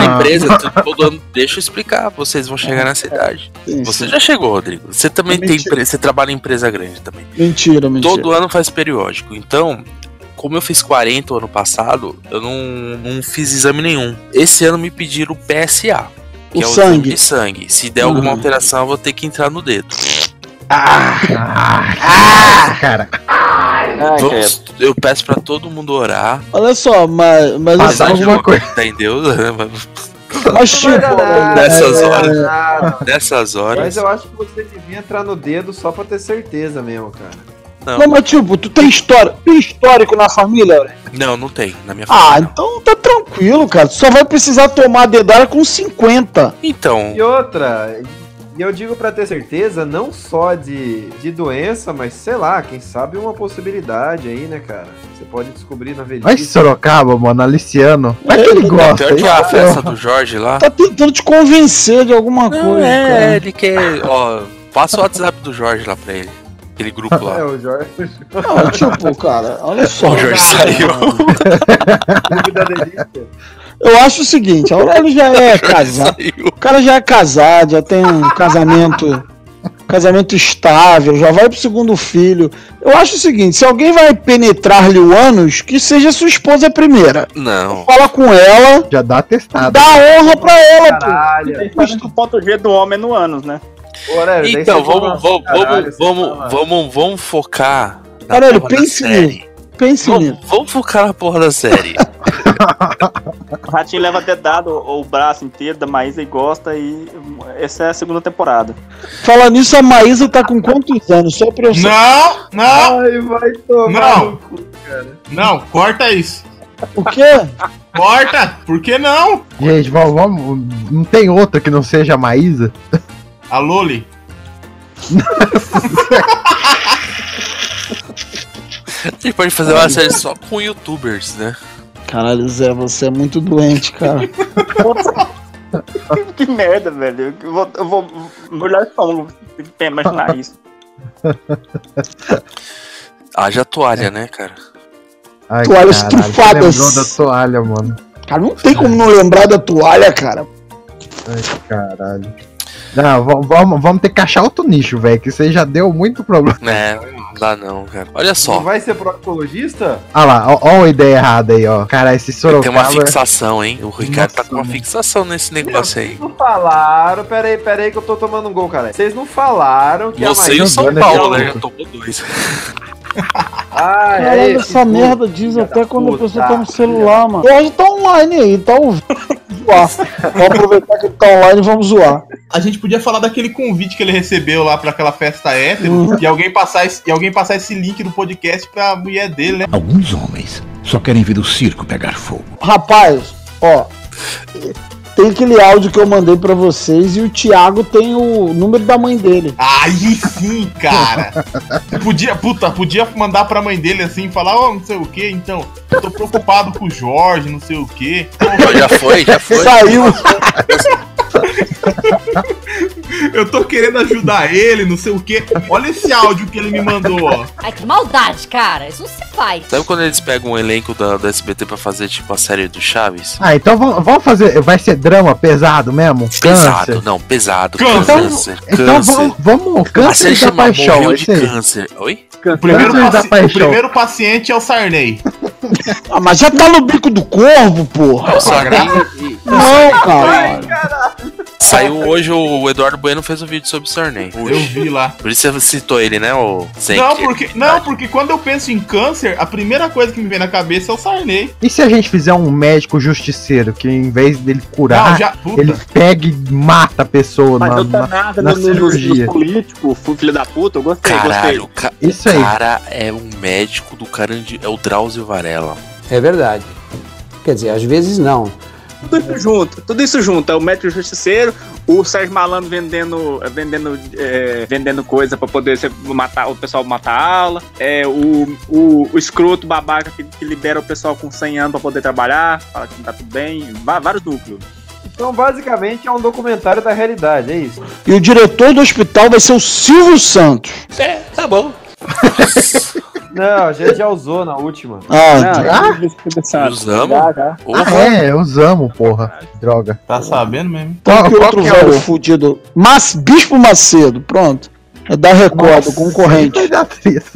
A empresa, t- todo ano, deixa eu explicar, vocês vão chegar nessa idade. Você já chegou, Rodrigo. Você também tem empre- você trabalha em empresa grande também.
Mentira, mentira.
Todo ano faz periódico. Então, como eu fiz 40 o ano passado, eu não, não fiz exame nenhum. Esse ano me pediram o PSA, que
O sangue. Uhum.
é o exame de sangue. Se der alguma alteração, eu vou ter que entrar no dedo.
ah, Cara,
Ah,
Vamos- eu peço pra todo mundo orar.
Olha só, mas. Mas,
Apesar de
assim,
não acreditar em Deus, né, mas
mas tipo,
nessas
é,
horas. Nessas
Mas
horas.
eu acho que você devia entrar no dedo só pra ter certeza mesmo, cara.
Não,
Não, mas tipo, tu tem história, tem histórico na família, Aurélio?
não, não tem. Na minha
Ah,
família. não.
então tá tranquilo, cara. Tu só vai precisar tomar a dedada com 50.
Então,
E outra, e eu digo pra ter certeza, não só de, de doença, mas sei lá, quem sabe uma possibilidade aí, né, cara? Você pode descobrir na
vai se
velhice.
Sorocaba, mano, Aliciano. Vai que
É,
ele gosta.
pior que a
isso
festa do Jorge lá.
Tá tentando te convencer de alguma
Não,
coisa,
é,
cara.
ele quer. Ó, passa o WhatsApp do Jorge lá pra ele. Aquele grupo lá.
É, o Jorge.
Não, tipo, cara, olha só.
o Jorge saiu.
da delícia.
Eu acho o seguinte, a Aurélio já é casado. O cara já é casado, já tem um casamento. Casamento estável, já vai pro segundo filho. Eu acho o seguinte: se alguém vai penetrar-lhe o ânus, que seja sua esposa a primeira.
Não.
Fala com ela,
Já dá testado.
dá honra pra ela, pô.
Caralho.
Sabe é que o ponto G do homem é no ânus, né?
Ô, Aurélio, daí
Então,
você fala,
vamos, vamos,
caralho,
vamos,
você tá fala,
vamos, vamos, vamos focar. na
Caralho,
porra da
pense
série.
nisso. Pense nisso.
Vamos, vamos focar na porra da série.
O ratinho leva dedado ou o braço inteiro da Maísa e gosta e essa é a segunda temporada.
Falar nisso, a Maísa tá com quantos anos? Só pra eu saber.
Não, não,
Ai, vai tomar.
Não.
no cu, cara.
não, corta isso.
O quê?
Corta! Por que não?
Gente, vamos, vamos- Não tem outra que não seja a Maísa?
A Loli.
A gente pode fazer uma série só com youtubers, né?
Caralho, Zé, você é muito doente, cara.
que merda, velho. Eu vou, eu vou molhar o estômago pra imaginar isso.
Haja toalha,
É.
né, cara?
Ai,
Toalhas
caralho, você
trufadas.
Lembrou da toalha, mano.
Cara, não tem como não lembrar da toalha, cara.
Ai, caralho. Não, vamos vamos ter que achar outro nicho, velho, que você já deu muito problema.
É, não dá não, cara. Olha só.
Vai ser proctologista?
Ah lá, ó, ó a ideia errada aí, ó. Cara, esse
Tem uma
né?
Sorocaba.
fixação, hein? O Ricardo tá com uma fixação nesse negócio aí.
Não falaram, peraí, peraí que eu tô tomando um gol, cara. Vocês não falaram que
Você
a
e o
Maísa
São
Zona
Paulo, né?
é
Já
maluco.
tomou dois.
Ah,
Caralho,
é
essa merda diz até quando a pessoa tá no celular, mano. Hoje tá online aí, tá ouvindo. Zoar. Vamos aproveitar que ele tá online e vamos zoar.
A gente podia falar daquele convite que ele recebeu lá pra aquela festa hétero e, alguém passar esse, e alguém passar esse link do podcast pra mulher dele, né?
Alguns homens só querem ver o circo pegar fogo.
Rapaz, ó. Tem aquele áudio que eu mandei pra vocês e o Thiago tem o número da mãe dele.
Aí sim, cara! podia, puta, podia mandar pra mãe dele assim, falar, ó, não sei o que, então, eu tô preocupado com o Jorge, não sei o que.
Já foi, já foi.
Saiu.
eu tô querendo ajudar ele, não sei o que. Olha esse áudio que ele me mandou, ó.
Ai, que maldade, cara. Isso não se faz.
Sabe quando eles pegam um elenco da, do SBT pra fazer tipo a série do Chaves?
Ah, então vamos vamos fazer. Vai ser drama pesado mesmo?
Pesado,
Câncer.
não, pesado.
Câncer.
Câncer.
Então vamos, vamos câncer da paixão.
morreu
é
de
isso aí.
câncer. Oi?
O primeiro,
Câncer da
paci- o
paixão.
primeiro paciente é o Sarney.
Ah, mas já tá no bico do corvo, porra. Não, cara.
Saiu hoje o Eduardo Bueno fez um vídeo sobre o Sarney. Eu
vi lá.
Por isso você citou ele, né, o Zenk?
Não porque, não, porque quando eu penso em câncer, a primeira coisa que me vem na cabeça é o Sarney.
E se a gente fizer um médico justiceiro que em vez dele curar,
Não, já- puta.
ele pega e mata a pessoa
Mas
na,
não tá
na-
nada
na
no- no-
cirurgia.
no político, fu- filho da puta, eu gostei,
Caralho, o
gostei.
ca-
Isso aí.
o cara é um médico do Carandi, é o Drauzio Varela.
É verdade. Quer dizer, às vezes não.
Tudo isso junto, tudo isso junto. É o médico justiceiro, o Sérgio Malandro vendendo, vendendo, é, vendendo coisa pra poder ser- matar, o pessoal matar a aula. É o, o, o escroto babaca que, que libera o pessoal com 100 anos pra poder trabalhar, fala que não tá tudo bem. va- Vários núcleos.
Então, basicamente, é um documentário da realidade, é isso.
E o diretor do hospital vai ser o Silvio Santos.
É, tá bom. Não, a gente já usou na última.
Ah,
já?
Usamos?
Ah, é, usamos, porra. Droga.
Tá sabendo mesmo?
Então, que
Qual-
outro
qual que é
velho
o-
fudido? Mas, Bispo Macedo, pronto. É da Record, do concorrente.
Vai dar treta.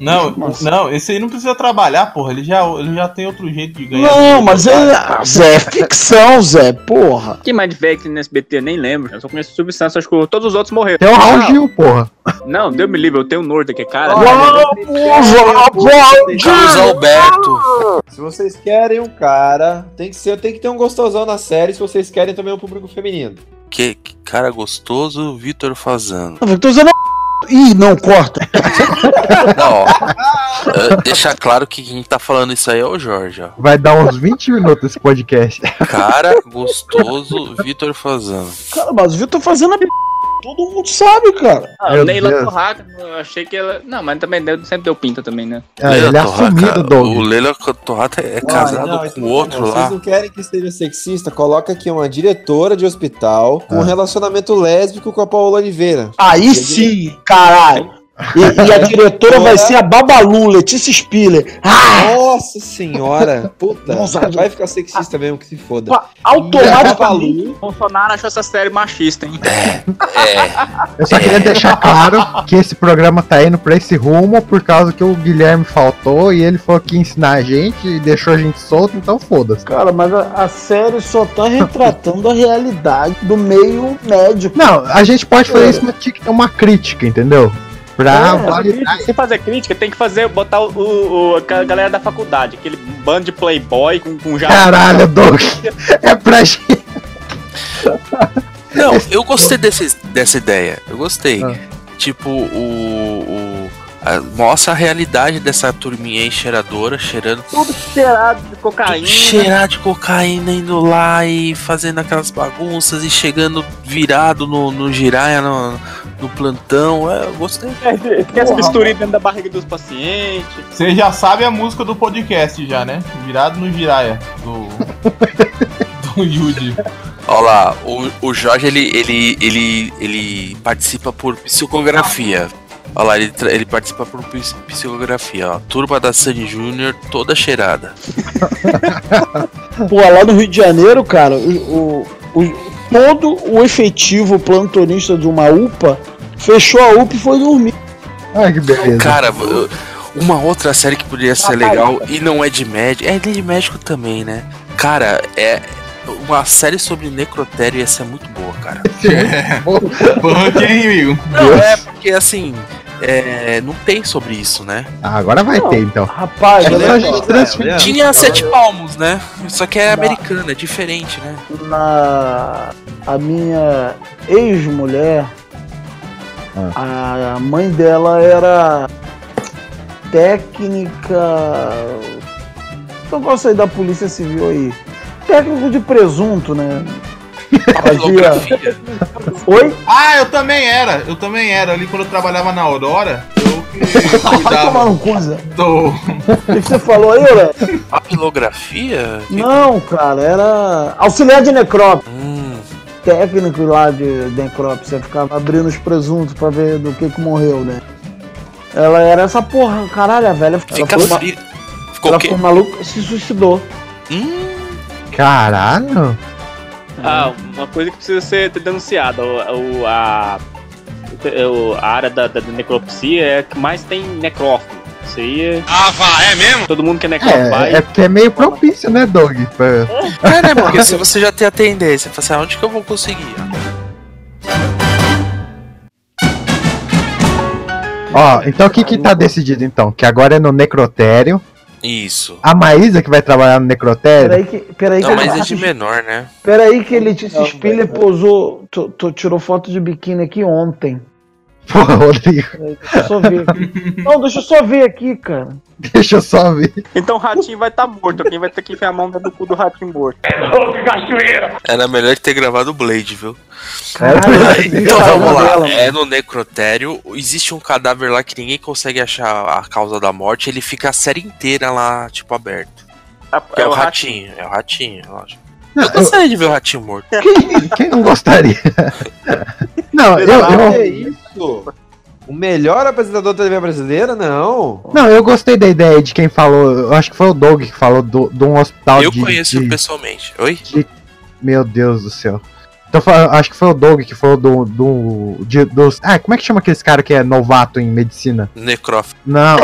Não, não, esse aí não precisa trabalhar, porra. Ele já, ele já tem outro jeito de ganhar. tá-
Não, mas é. Zé, é ficção, Zé, porra.
Quem mais de velho que tem no SBT? Eu nem lembro. Eu só conheço o Silvio Santos, acho que todos os outros morreram.
Tem É o Raul
Não,
Gil, porra.
Não, deu me livre, eu tenho um Norte aqui, cara.
Uau, uau, uau,
Carlos Alberto.
tá Se vocês querem um cara, tem que ser, tem que ter um gostosão na série. Se vocês querem também um público feminino.
Que, que cara gostoso, Vitor Fazano.
Eu tô usando. Ih, não, corta.
Não, ó. eh, Deixar claro que quem tá falando isso aí é o Jorge, ó.
Vai dar uns 20 minutos esse podcast.
Cara gostoso, Vitor Fazano.
Cara, mas o Vitor fazendo a p. Todo mundo sabe, cara.
Ah,
Meu
Leila
Deus.
Torraca, eu achei que ela. Não, mas também deu, sempre deu pinta também, né?
Ah, ele é assumido, Doug.
O Leila Torrata
Um
é casado
não, isso
com o outro
Não, Vocês
lá.
não querem que seja sexista? Coloca aqui uma diretora de hospital
Ah.
com um relacionamento lésbico com a Paola Oliveira.
Aí sim, caralho. E, e a diretora vai ser a Babalu, Letícia Spiller. Ah!
Nossa senhora, puta.
Nossa,
vai ficar sexista mesmo, que se foda.
Ah,
Automaticamente. Bolsonaro achou essa série machista, hein?
Eu só queria deixar claro que esse programa tá indo pra esse rumo por causa que o Guilherme faltou e ele falou que ia ensinar a gente e deixou a gente solto, então foda-se.
Cara, mas a, a série só tá retratando a realidade do meio médico.
Não, a gente pode fazer isso, mas tinha que ter uma crítica, entendeu? Pra
É,
Ah, vale-
Se fazer crítica, tem que fazer, botar o, o- o- a galera da faculdade, aquele bando de playboy com, com já.
Caralho, Doug. É pra gente.
Não, eu gostei desse, dessa ideia. Eu gostei.
É.
Tipo, o. o- a- mostra a realidade dessa turminha aí cheiradora, cheirando.
Tudo cheirado de cocaína.
Cheirar de cocaína, indo lá e fazendo aquelas bagunças e chegando virado no, no giraia, no, no plantão. É, eu gostei.
Tem as misturinhas dentro da barriga dos pacientes.
Você já sabe a música do podcast já, né? Virado no Jiraya, do... do Yudi.
Olha lá, o, o Jorge ele, ele, ele, ele participa por psicografia. Olha lá, ele, tra- ele participa por pis- psicografia, ó. Turma da Sandy Júnior toda cheirada.
Pô, lá no Rio de Janeiro, cara, o, o- o- todo o efetivo plantonista de uma UPA fechou a UPA e foi dormir.
Ai, que beleza.
Cara, eu- uma outra série que poderia ser legal e não é de médico. É de médico também, né? Cara, é. Uma série sobre necrotério ia ser muito boa, cara.
Punk, hein, amigo?
Não, é porque assim. é, não tem sobre isso, né?
Ah, agora vai ter, então.
Rapaz,
é só a
olha
gente
só,
transferir.
Tinha sete palmos, né? Só que é americana, é diferente, né?
Na a minha ex-mulher, a mãe dela era técnica. Eu gosto aí da polícia civil aí. Técnico de presunto, né? Fazia. Oi?
Ah, eu também era. Eu também era. Ali quando eu trabalhava na Aurora, eu que
Vai tomar
cuidava
no cu, Zé.
do.
O que você falou aí, Léo?
Papilografia?
Não, cara, era auxiliar de necrópsia.
Hum.
Técnico lá de necrópsia, ficava abrindo os presuntos pra ver do que que morreu, né? Ela era essa porra, caralho, a velha ela
Fica
foi ma-
frio. Ficou o
ela
quê?
foi maluca, se suicidou.
Caralho.
Ah, uma coisa que precisa ser denunciada, o, o- a, o- a área da, da necropsia é a que mais tem necrófilo. Isso aí é... Ah, vá, é mesmo? Todo mundo que é necrofile.
É, é porque é meio propício, né, Doug? Pra-
É, né? Porque se você já tem a tendência, você fala assim, onde que eu vou conseguir?
Ó, então o que que tá decidido, então? Que agora é no necrotério.
Isso.
A Maísa que vai trabalhar no necrotério.
Peraí que, peraí
Não,
que
mas
ele,
é de menor, né?
peraí que ele se espelha e posou, tu- tu tirou foto de biquíni aqui ontem.
Pô, Rodrigo,
Peraí, Deixa eu só ver aqui. Não, deixa eu só ver aqui, cara.
deixa eu só ver.
Então o ratinho vai estar morto, alguém vai ter que enfiar a mão dentro do cu do ratinho morto.
Era melhor ter gravado o Blade, viu?
Caralho.
então vamos
Dela,
lá. É no necrotério. Existe um cadáver lá que ninguém consegue achar a causa da morte. Ele fica a série inteira lá, tipo, aberto. Que é, o ratinho. É o ratinho, lógico. Eu gostaria de ver o ratinho morto.
Quem não gostaria? Não, eu,
Não, é
eu,
isso? O melhor apresentador da TV brasileira? Não.
não, eu gostei da ideia de quem falou. Eu acho que foi o Doug que falou do- de um hospital
Eu
de.
conheço
de-
pessoalmente. Oi?
de- Meu Deus do céu. Então, fa- acho que foi o Doug que falou do. do de- dos, ah, como é que chama aqueles cara que é novato em medicina?
Necrófilo.
Não.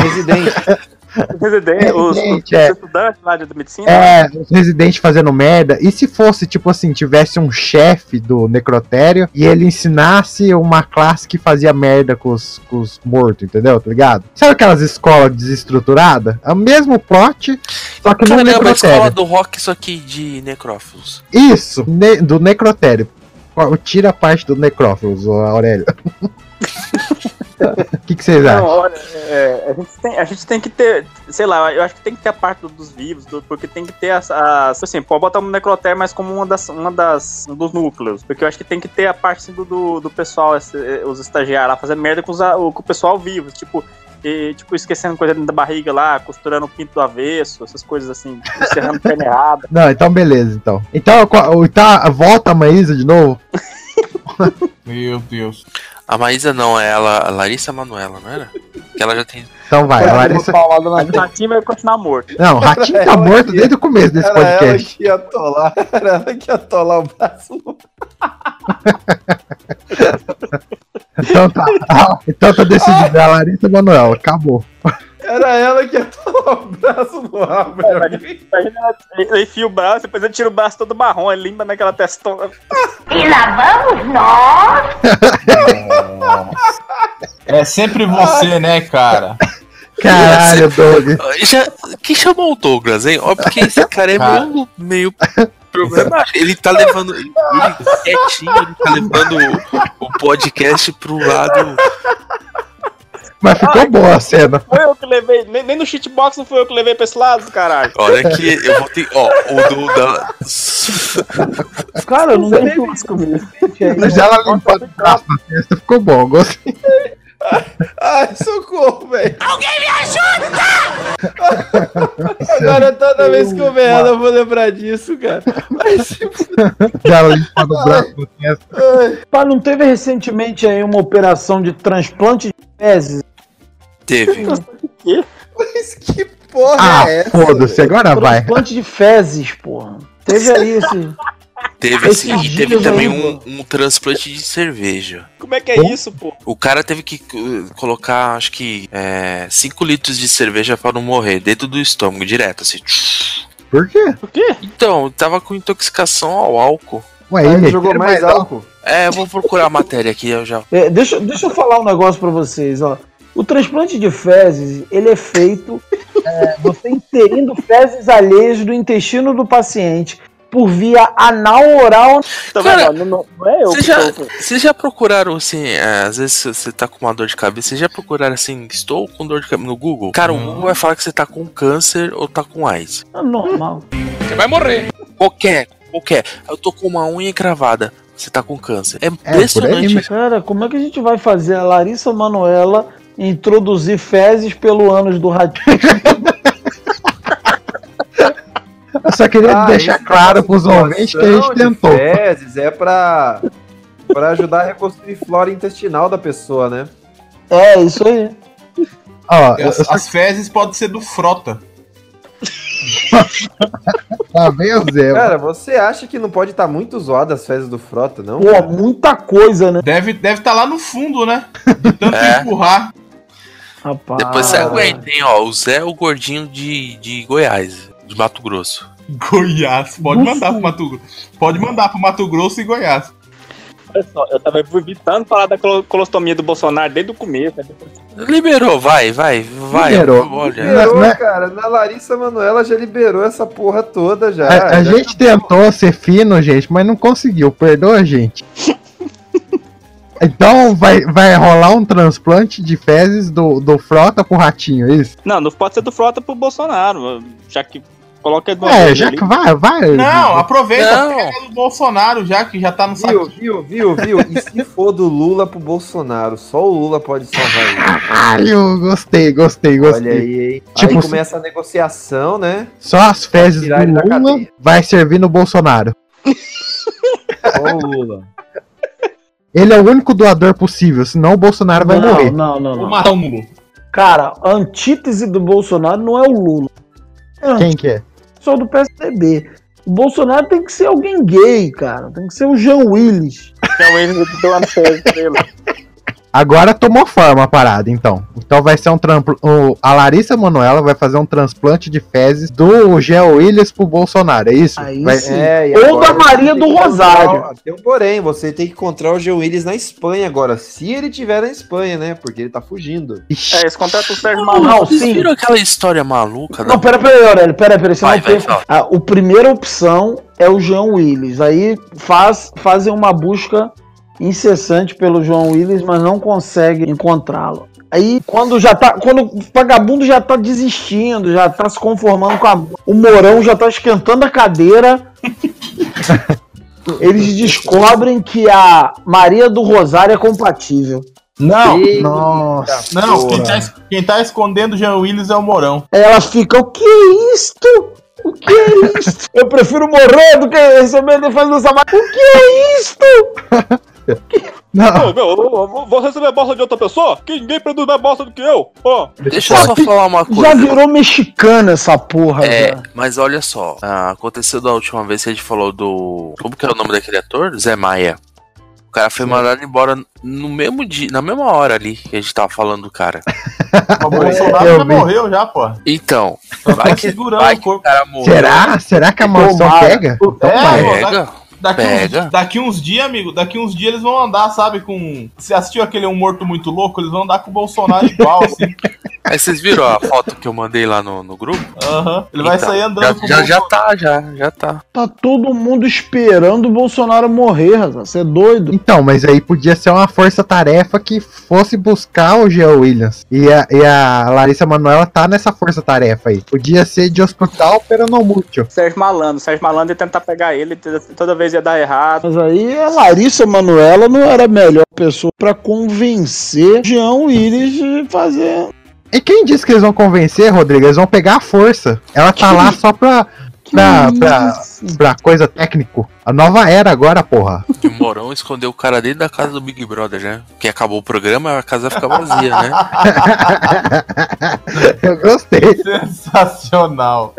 Residente, os, os
é.
estudantes lá de medicina.
É, os residentes fazendo merda. E se fosse, tipo assim, tivesse um chefe do necrotério e ele ensinasse uma classe que fazia merda com os, com os mortos, entendeu? Tá ligado? Sabe aquelas escolas desestruturadas? É o mesmo plot, só que no
Cara, é uma escola
necrotério.
do rock, só que de necrófilos.
Isso, ne- do necrotério. Qual- Tira a parte do necrófilos, ô Aurélio. O que, que vocês
Não,
acham?
olha, é, a, gente tem, a gente tem que ter, sei lá, eu acho que tem que ter a parte do- dos vivos, do- porque tem que ter as, as- assim, pode botar um necrotério, mas como uma das, uma das, um dos núcleos, porque eu acho que tem que ter a parte assim, do, do, do pessoal, esse- eh, os estagiários lá, fazendo merda com, os a- o- com o pessoal vivo, tipo, e, tipo, esquecendo coisa dentro da barriga lá, costurando o pinto do avesso, essas coisas assim, encerrando perna errada.
Não, então beleza, então. Então, qual- então volta a Maísa de novo?
Meu Deus. A Maísa não, é ela, a Larissa Manoela, não era? Que ela já tem.
Então vai, a Larissa.
Mas o ratinho vai continuar morto.
Não, o Ratinho tá morto desde o começo desse
Era ela
podcast.
que ia atolar, era ela que ia atolar o braço.
Então tá, então tá decidido. É a Larissa Manoel, acabou.
Era ela que ia atolar o braço no rabo.
Imagina, ele enfia o braço, depois ele tira o braço todo marrom, ele limpa naquela testona.
E lá vamos nós!
É sempre
Ah.
você, né, cara?
Caralho, Doug.
Já, quem chamou o Douglas, hein? Ó, porque esse cara é
Cara.
meio, meio problemático. Ele tá levando. Ele quietinho, ele tá levando o, o podcast pro lado.
Mas ficou boa a cena.
Foi eu que levei, nem, nem no cheatbox não foi eu que levei pra esse lado, caralho.
Olha que eu vou ter. Ó, o do. Da...
Cara, eu não lembro.
Mas ela limpando o braço na festa, ficou bom, eu gostei.
Ai, socorro, velho.
Alguém me ajuda!
Agora toda vez que eu ver ela, eu vou lembrar disso, cara. Mas,
Ela limpando o braço na festa.
Pá, não teve recentemente aí uma operação de transplante de fezes?
Teve.
mas que porra
Ah,
é essa?
foda-se, agora Ah, vai.
Transplante de fezes, porra. Teve aí esse.
Teve
Esse
assim, e
dia
teve
eu
também um,
lembro.
um transplante de cerveja.
Como é que é isso, pô?
O cara teve que uh, colocar, acho que, 5 litros de cerveja pra não morrer, dentro do estômago, direto, assim.
Por quê?
Por quê? Então, tava com intoxicação ao álcool.
Ué,
Aí
ele
jogou mais álcool.
É, eu vou procurar a matéria aqui, eu já.
É, deixa, deixa eu falar um negócio pra vocês, ó. O transplante de fezes, ele é feito é, você inserindo fezes alheias do intestino do paciente por via anal oral.
Cara,
Tá não, não- não é eu
Vocês
que
já,
tô-
vocês já procuraram, assim, é, às vezes você tá com uma dor de cabeça, vocês já procuraram, assim, estou com dor de cabeça no Google? Cara, o Google vai falar que você tá com câncer ou tá com AIDS.
É normal.
Você vai morrer. Qualquer, qualquer. Eu tô com uma unha encravada, você tá com câncer. É impressionante.
Cara, como é que a gente vai fazer a Larissa Manoela introduzir fezes pelo ânus do ratinho?
Eu só queria
Ah,
deixar
esse
claro
negócio
pros
de
ouvintes que a
doação
gente
de
tentou.
Fezes é pra, pra ajudar a reconstruir flora intestinal da pessoa, né?
É, isso aí.
Ó, eu-
as,
eu só-
as fezes podem ser do frota.
Lá vem o Zé.
Cara, você acha que não pode estar muito zoado as fezes do Frota, não?
Pô, muita coisa, né?
Deve estar deve tá lá no fundo, né? De tanto
É.
empurrar.
Rapaz.
Depois você aguenta, hein, ó. O Zé é o gordinho de, de Goiás, de Mato Grosso.
Goiás, pode mandar pro Mato Grosso. Pode mandar pro Mato Grosso e Goiás.
Olha só, eu tava evitando falar da colo- colostomia do Bolsonaro desde o começo. né?
Liberou, vai, vai, vai.
Liberou.
Olha.
Liberou,
Né?
cara. Na Larissa Manoela já liberou essa porra toda já.
A, a
É, Já-
gente tentou ser fino, gente, mas não conseguiu. Perdoa, gente. Então vai, vai rolar um transplante de fezes do, do Frota pro Ratinho, é isso?
Não, não pode ser do Frota pro Bolsonaro, já que coloca do
É, já que vai, vai.
Não, aproveita,
Não.
pega do Bolsonaro já, que já tá no saco.
Viu, viu, viu, viu? E se for do Lula pro Bolsonaro? Só o Lula pode salvar isso.
Caralho, gostei, gostei, gostei.
Olha aí, hein?
Tipo,
aí começa a negociação, né?
só as fezes do
ele da
Lula vai servir no Bolsonaro.
Só o Lula.
Ele é o único doador possível, senão o Bolsonaro vai
não,
morrer.
Não, não, não.
matar o Lula.
Cara, a antítese do Bolsonaro não é o Lula. É
Quem que é?
pessoal do PSDB. O Bolsonaro tem que ser alguém gay, cara. Tem que ser o Jean Willis.
Então ele deu uma fezes dele.
Agora tomou forma a parada, então. Então vai ser um tramplo. o- A Larissa Manoela vai fazer um transplante de fezes do Geo Willis pro Bolsonaro, é isso? Vai-
É, e
Ou da
agora você
Maria
tem
do
que
Rosário.
encontrar- Tem um porém, você tem que encontrar o Jean Willis na Espanha agora. Se ele tiver na Espanha, né? Porque ele tá fugindo.
É, eles contratam o Sérgio
Não,
Malandro.
sim.
Viram aquela história maluca? da-
Não, pera, pera, aí, Aurélio, pera, pera. Você
Vai,
não
vai,
tem...
fala.
ah, o primeira opção é o João Willis. Aí faz, fazem uma busca incessante pelo João Willis, mas não conseguem encontrá-lo. Aí quando já tá, quando o vagabundo já tá desistindo, já tá se conformando com a, o Morão já tá esquentando a cadeira, eles descobrem que a Maria do Rosário é compatível.
Não,
Nossa.
não, quem tá, es- quem tá escondendo o Jean Willis é o Morão.
Aí ela fica, o que é isto? O que é isto? Eu prefiro morrer do que receber defesa dessa máquina. O que é isto?
Ô, meu, eu- eu- eu vou receber a bosta de outra pessoa? Que ninguém produz mais bosta do que eu. Ó.
Deixa
Tá,
eu só falar uma coisa.
Já virou mexicana essa porra.
É,
já.
mas olha só, ah, aconteceu da última vez que a gente falou do. Como que era o nome daquele ator? Zé Maia. O cara foi mandado embora no mesmo dia, na mesma hora ali que a gente tava falando do cara.
O Bolsonaro já morreu já, pô.
Então,
Tá
vai que,
segurando
vai que o cara morreu.
Será? Será que a maldição
Tomara.
pega? Então vai.
É,
Pega,
da- daqui,
pega.
Uns, daqui uns dias, amigo, daqui uns dias eles vão andar, sabe, com. Se assistiu aquele Um Morto Muito Louco, eles vão andar com o Bolsonaro igual, assim.
Aí vocês viram a foto que eu mandei lá no, no grupo?
Aham. Ele vai sair andando
Então, já,
com o
já, já
Bolsonaro.
tá, já, já tá.
Tá todo mundo esperando o Bolsonaro morrer, Raza. Você é doido.
Então, mas aí podia ser uma força-tarefa que fosse buscar o Geo Williams. E a, e a Larissa Manoela tá nessa força-tarefa aí. Podia ser de hospital peronomútil.
Sérgio Malandro. Sérgio Malandro ia tentar pegar ele, toda vez ia dar errado.
Mas aí a Larissa Manuela não era a melhor pessoa pra convencer Jean Willis de fazer.
E quem disse que eles vão convencer, Rodrigo? Eles vão pegar a força. Ela tá lá só pra. pra, pra pra coisa técnico. A nova era agora, porra.
Que o Morão escondeu o cara dentro da casa do Big Brother, né? Porque acabou o programa, a casa fica vazia, né?
Eu gostei.
Sensacional.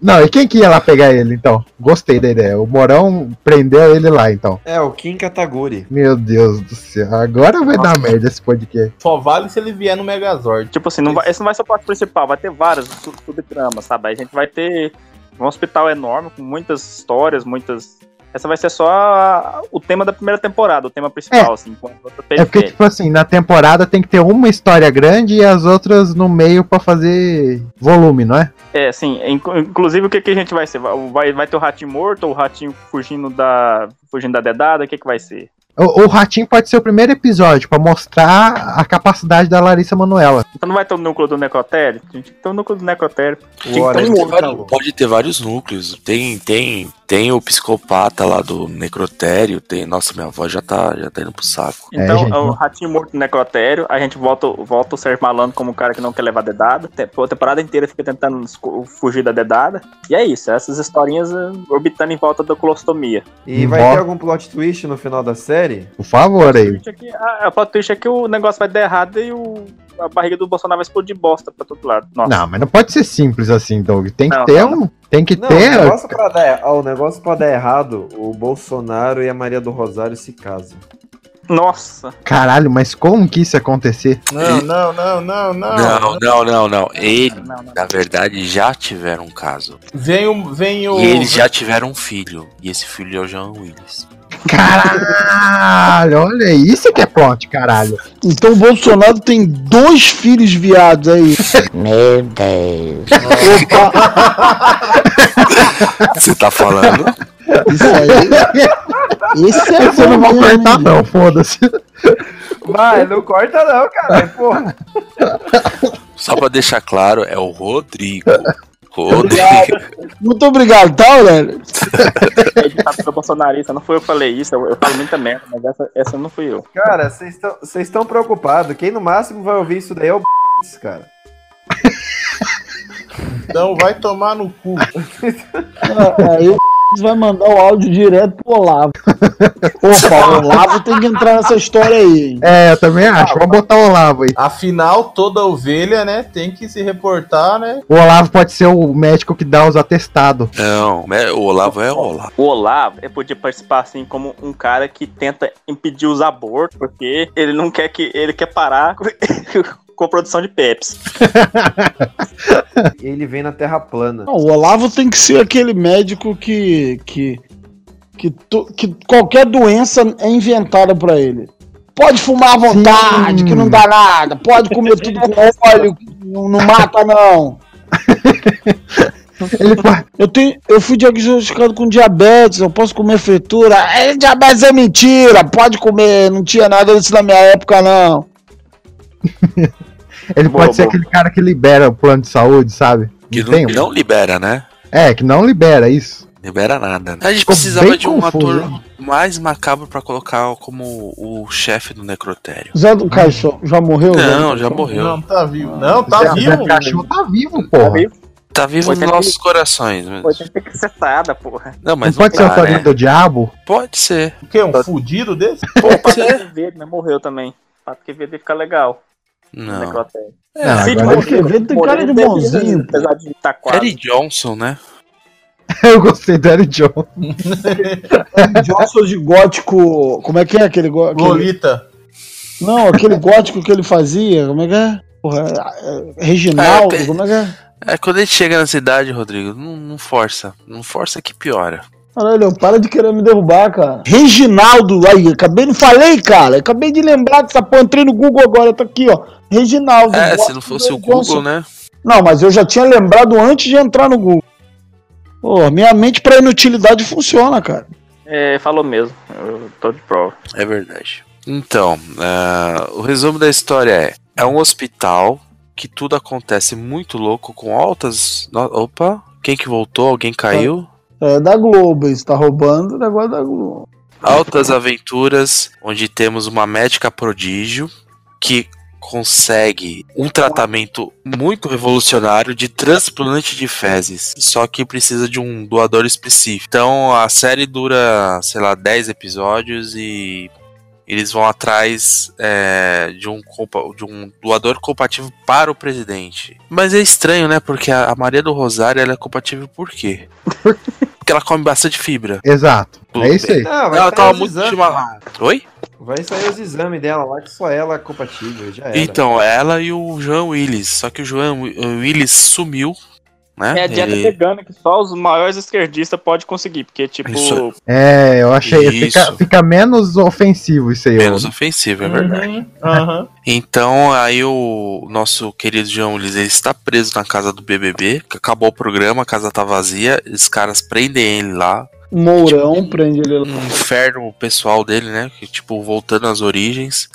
Não, e quem que ia lá pegar ele, então? Gostei da ideia. O Morão prendeu ele lá, então.
É, o Kim Kataguri.
Meu Deus do céu. Agora vai dar merda esse podcast.
Só vale se ele vier no Megazord.
Tipo assim, não vai, esse não vai ser a parte principal, vai ter várias su- subtramas, sabe? A gente vai ter um hospital enorme com muitas histórias, muitas. Essa vai ser só a- o tema da primeira temporada, o tema principal, assim. com as outras
É porque,
periferias.
tipo assim, na temporada tem que ter uma história grande e as outras no meio pra fazer volume, não é?
É, sim. inc- Inclusive, o que, que a gente vai ser? Vai- Vai, vai ter o ratinho morto ou o ratinho fugindo da, fugindo da dedada? O que, que vai ser?
O, o Ratinho pode ser o primeiro episódio pra mostrar a capacidade da Larissa Manoela.
Então não vai ter o núcleo do Necrotério? A gente tem que ter o núcleo do Necrotério.
Tem- tem
tá
vários- pode ter vários núcleos. Tem, tem, tem o psicopata lá do necrotério. Tem, nossa, minha voz já tá, já tá indo pro saco.
Então, é o Ratinho Morto no Necrotério, a gente volta, volta o Sérgio Malandro como um cara que não quer levar dedada. Tem- pô, A temporada inteira fica tentando esco- fugir da dedada. E é isso, essas historinhas eh, orbitando em volta da colostomia.
E vai
Bom.
ter algum plot twist no final da série?
Por favor, aí.
Twist é que- A, a plot twist é que o negócio vai dar errado e o, a barriga do Bolsonaro vai explodir bosta pra todo lado. Nossa.
Não, mas não pode ser simples assim, Doug. Tem que
Não,
ter
não.
um. Tem que
Não, o
ter.
negócio, pra dar, ó, o negócio pra dar errado, o Bolsonaro e a Maria do Rosário se casam.
Nossa!
Caralho, mas como que isso ia acontecer?
Não, não, não, não, não.
Ah, Não, não, não, não. Ele, na verdade, já tiveram um caso.
Vem o. Vem o
E eles já tiveram um filho. E esse filho é o Jean Willis.
Caralho, olha aí, isso que é plot, caralho.
Então o Bolsonaro tem dois filhos viados aí.
Meu Deus.
Você tá falando?
Isso aí. Esse é
Você não vai
bom mesmo.
cortar, não, foda-se.
Vai, não corta não, cara. Porra.
Só pra deixar claro, é o Rodrigo. Rodrigo.
Muito obrigado, tá, Aurélio?
É editado pelo bolsonarista, não foi eu que falei isso, eu, eu falo muita merda, mas essa, essa não fui eu.
Cara, vocês estão- vocês estão preocupados. Quem no máximo vai ouvir isso daí é o b****, cara.
Não vai tomar no cu.
Aí o vai mandar o áudio direto pro Olavo. Opa, o Olavo tem que entrar nessa história aí, hein?
É, eu também acho. Vamos botar o Olavo aí.
Afinal, toda ovelha, né, tem que se reportar, né?
O Olavo pode ser o médico que dá os atestados.
Não, né, o Olavo é o Olavo.
O Olavo ele podia participar assim como um cara que tenta impedir os abortos, porque ele não quer que. ele quer parar com a produção de Pepsi.
Ele vem na Terra plana.
Não, o Olavo tem que ser aquele médico que. que. que, to- que qualquer doença é inventada pra ele. Pode fumar à vontade, que não dá nada. Pode comer tudo com óleo, que não, não mata, não. Eu, tenho, eu fui diagnosticado com diabetes, eu posso comer fritura. É, diabetes é mentira, pode comer, não tinha nada disso na minha época, não.
Ele
Boa,
pode ser
boa.
aquele cara que libera o plano de saúde, sabe?
Que não,
tem
que
um.
não libera, né?
É, que não libera isso.
Libera nada. né? A gente
Ficou
precisava
bem
de um
confuso, né?
ator mais macabro pra colocar como o chefe do necrotério.
Zé do Caixão já morreu? Zé do
Não, já
Caixão?
morreu.
Não, tá vivo. Não, tá
Zé-
vivo.
Zé Cachorro tá vivo, porra.
Tá vivo nos
Oitenta e-
nossos corações. Mas...
Tem que ser tada, porra.
Não, mas
não pode ser
dá,
o farinha
né?
do diabo?
Pode ser.
O quê? Um fudido desse?
é.
Pô, o Patrick Verde né, morreu também. O Patrick Verde ia ficar legal. né,
Não.
Necrotério.
É, Não,
Cid Moreira-
agora- Patrick Verde tem cara de
Moreira
bonzinho,
devia, Apesar de estar
Eric
quase.
Johnson, né?
Eu gostei do Eric John.
Johnson de gótico. Como é que é aquele gótico?
Lolita.
Não, aquele gótico que ele fazia, como é que é? Porra, é, é, Reginaldo,
Ah, é,
como é que é?
É quando ele chega na cidade, Rodrigo, não, não força. Não força que piora.
Caralho, para de querer me derrubar, cara. Reginaldo, aí, acabei, não falei, cara. Acabei de lembrar dessa porra, entrei no Google agora, tá aqui, ó. Reginaldo.
É,
gótico
se não fosse
do
o Google,
Johnson.
né?
Não, mas eu já tinha lembrado antes de entrar no Google. Pô, minha mente pra inutilidade funciona, cara.
É, falou mesmo. Eu tô de prova.
É verdade. Então, ah, o resumo da história é: é um hospital que tudo acontece muito louco, com altas. no- Opa, quem que voltou? Alguém caiu?
É da Globo, isso tá roubando o negócio da Globo.
Altas aventuras, onde temos uma médica prodígio que consegue um tratamento muito revolucionário de transplante de fezes, só que precisa de um doador específico. Então a série dura, sei lá, 10 episódios e eles vão atrás é, de, um, compa- de um doador compatível para o presidente. Mas é estranho, né? Porque a a Maria do Rosário ela é compatível por quê? Porque ela come bastante fibra.
Exato. É isso aí.
Ah, vai
ela
sair
tava
os
muito
exames
chimarrão. Oi?
Vai sair os exames dela lá, que só ela é compatível, já era.
Então, ela e o João Willis. Só que o João Willis sumiu, né?
É a dieta
Ele-
vegana que só os maiores esquerdistas podem conseguir, porque, tipo,
É, eu achei.
Isso.
Fica, fica menos ofensivo isso aí.
Menos
ô.
ofensivo, é verdade.
Aham.
Então, aí o nosso querido João Willis ele está preso na casa do BBB. que Acabou o programa, a casa tá vazia. Os caras prendem ele lá.
Tipo,
Tipo, um
Mourão prende ele lá.
inferno pessoal dele, né? Que, tipo, voltando às origens.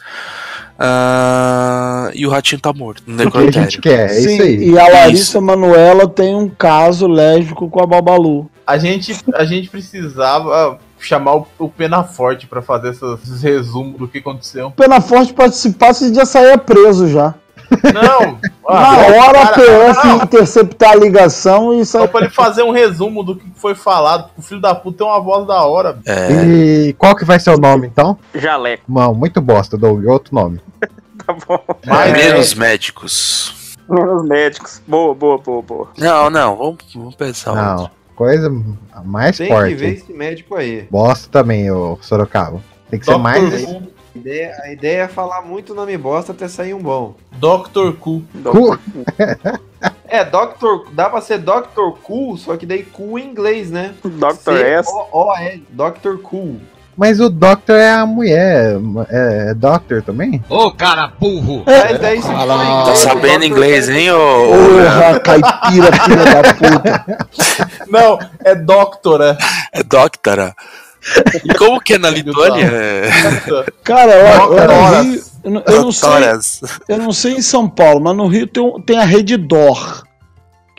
Ah, e o ratinho tá morto. No necrotério.
é
Sim, E a Larissa Manoela tem um caso lésbico com a Babalu.
A gente, a gente precisava chamar o, o Penaforte pra fazer essas- esses resumos do que aconteceu.
Pena Forte participasse e já saía preso já.
Não!
Na hora assim. a PF ia interceptar a ligação e
Só
sair.
pra ele fazer um resumo do que foi falado. O filho da puta tem uma voz da hora.
é
É,
E qual que vai ser o nome então?
Jaleco.
Não, muito bosta, Doug. Outro nome.
tá
Mas menos médicos.
Menos médicos. Boa, boa, boa, boa.
Não, não, vamos, vamos pensar.
Não, coisa mais
Tem
forte.
que ver esse médico aí.
Bosta também, ô Sorocaba. Tem que ser mais.
A ideia, a ideia é falar muito nome bosta até sair um bom.
Dr. Cool.
Cu.
É, Dr. Dá pra ser Dr. Cool, só que daí cool em inglês, né?
Dr.
S. O-O-L. Dr. Cool.
Mas o Doctor é a mulher. É, é Doctor também?
Ô, cara burro!
É,
daí você
Tá sabendo inglês, hein, ô.
Porra,
caipira, filha da puta.
Não, é Doctora.
É Doctora. E como que é na Lituânia? É-
Cara, eu, eu,
Doutoras.
no Rio, eu, não- eu não sei,
Doutoras.
eu não sei em São Paulo, mas no Rio tem, um- tem a rede DOR.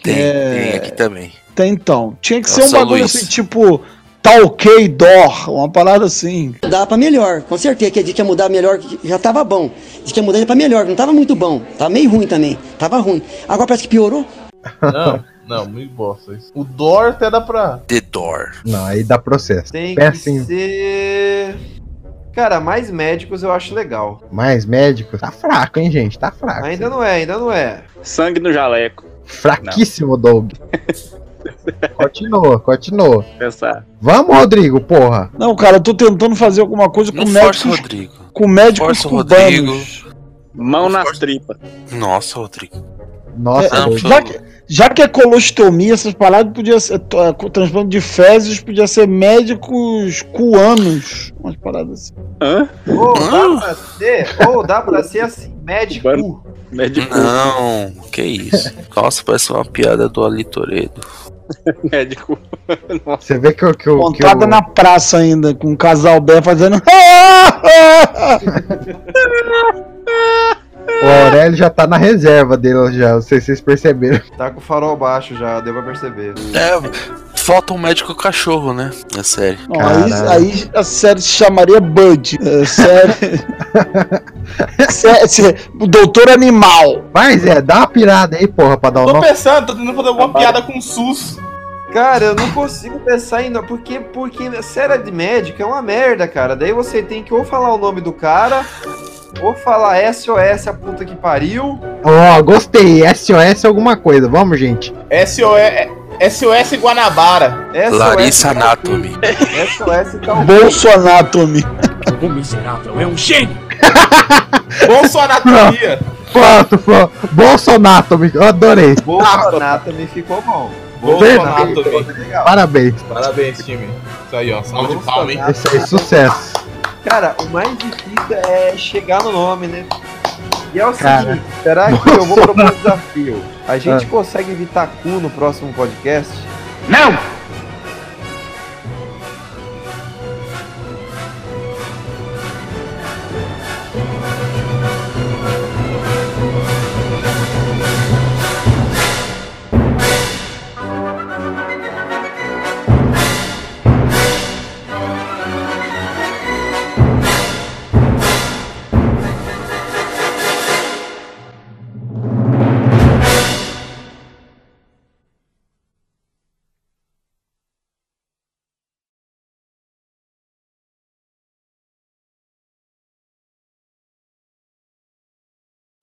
Tem,
É.
tem aqui também.
Tem então. Tinha que
É o
ser um
São
bagulho
Luís.
assim, tipo, tá ok, DOR, uma parada assim.
Dá Tá pra melhor, com certeza. Que a gente ia mudar melhor, que já tava bom. Diz que ia mudar pra melhor, que não tava muito bom. Tava meio ruim também. Tava ruim. Agora parece que piorou.
Não, não, muito bosta isso. O Dor até dá pra.
The Door.
Não, aí dá processo.
Tem que
Péssimo.
ser. Cara, mais médicos eu acho legal.
Mais médico? Tá fraco, hein, gente? Tá fraco.
Ainda não é, ainda não é.
Sangue no jaleco.
Fraquíssimo, Doug. continua, continua.
Pensar.
Vamos, Rodrigo, porra.
Não, cara, eu tô tentando fazer alguma coisa com
Não força o
médicos,
Rodrigo.
com médicos
Força o
cubanos.
Rodrigo.
Mão nas tripas.
Nossa, Rodrigo.
Nossa,
É,
Doug.
já, que, já que é colostomia, essas paradas podia ser. to- é, co- Transplante de fezes podia ser médicos cuanos. Umas paradas assim.
Hã?
Ou dá pra ser, ou dá pra ser assim, médico.
Médico.
Não, que isso. Nossa, parece uma piada do Ali Toledo.
Médico.
Você vê que o. Que o, que
Montada
o...
na praça ainda, com um casal bem fazendo.
O Aurélio já tá na reserva dele, já. Não sei se vocês perceberam.
Tá com o farol baixo já, deu pra perceber.
É, falta um médico cachorro, né? É sério.
Não, aí, aí a série se chamaria Bud. É, série. Sé- sé- o É, doutor animal.
Mas é, dá uma pirada aí, porra, pra dar o
Tô
nome.
pensando, tô tentando fazer alguma piada com o SUS.
Cara, eu não consigo pensar ainda, porque, porque série de médico é uma merda, cara. Daí você tem que ou falar o nome do cara, ou falar SOS a puta que pariu.
Ó, gostei. SOS alguma coisa. Vamos, gente.
SOS, SOS Guanabara.
é
SOS
Larissa Anatomy.
SOS tal.
Bolsonatomy.
O miserável é um gênio!
Bolsonatomia.
Pronto, pronto. Bolsonaro, eu adorei.
Bolsonaro me ficou bom.
Bolsonaro. Parabéns.
Parabéns, time. Isso aí, ó. Salve de palma, hein?
Esse aí, sucesso.
Cara, o mais difícil é chegar no nome, né? E é o
Cara.
seguinte, será que eu vou propor um desafio? A gente
Ah.
consegue evitar cu no próximo podcast?
Não!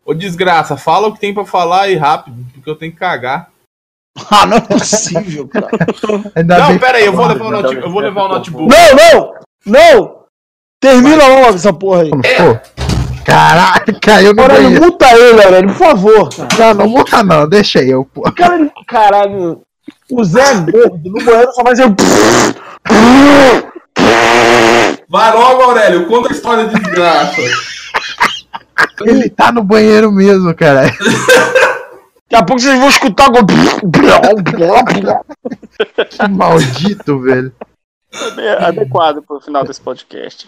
Ô desgraça, fala o que tem pra falar aí rápido, porque eu tenho que cagar.
Ah, não é possível, cara.
não, pera aí, eu vou levar o notebook. Eu vou levar o notebook.
Não, não! Não! Termina logo essa porra aí.
Caraca, caiu no
Agora não
banheiro.
multa ele, Aurélio, por favor. cara.
Não, não multa não, deixa eu, pô.
Cara, ele- caralho. O Zé é gordo, no banheiro só mais eu.
Vai logo, Aurélio, conta a história de desgraça.
Ele tá no banheiro mesmo, cara.
Daqui a pouco vocês vão escutar o.
Que maldito, velho.
É adequado pro final desse podcast.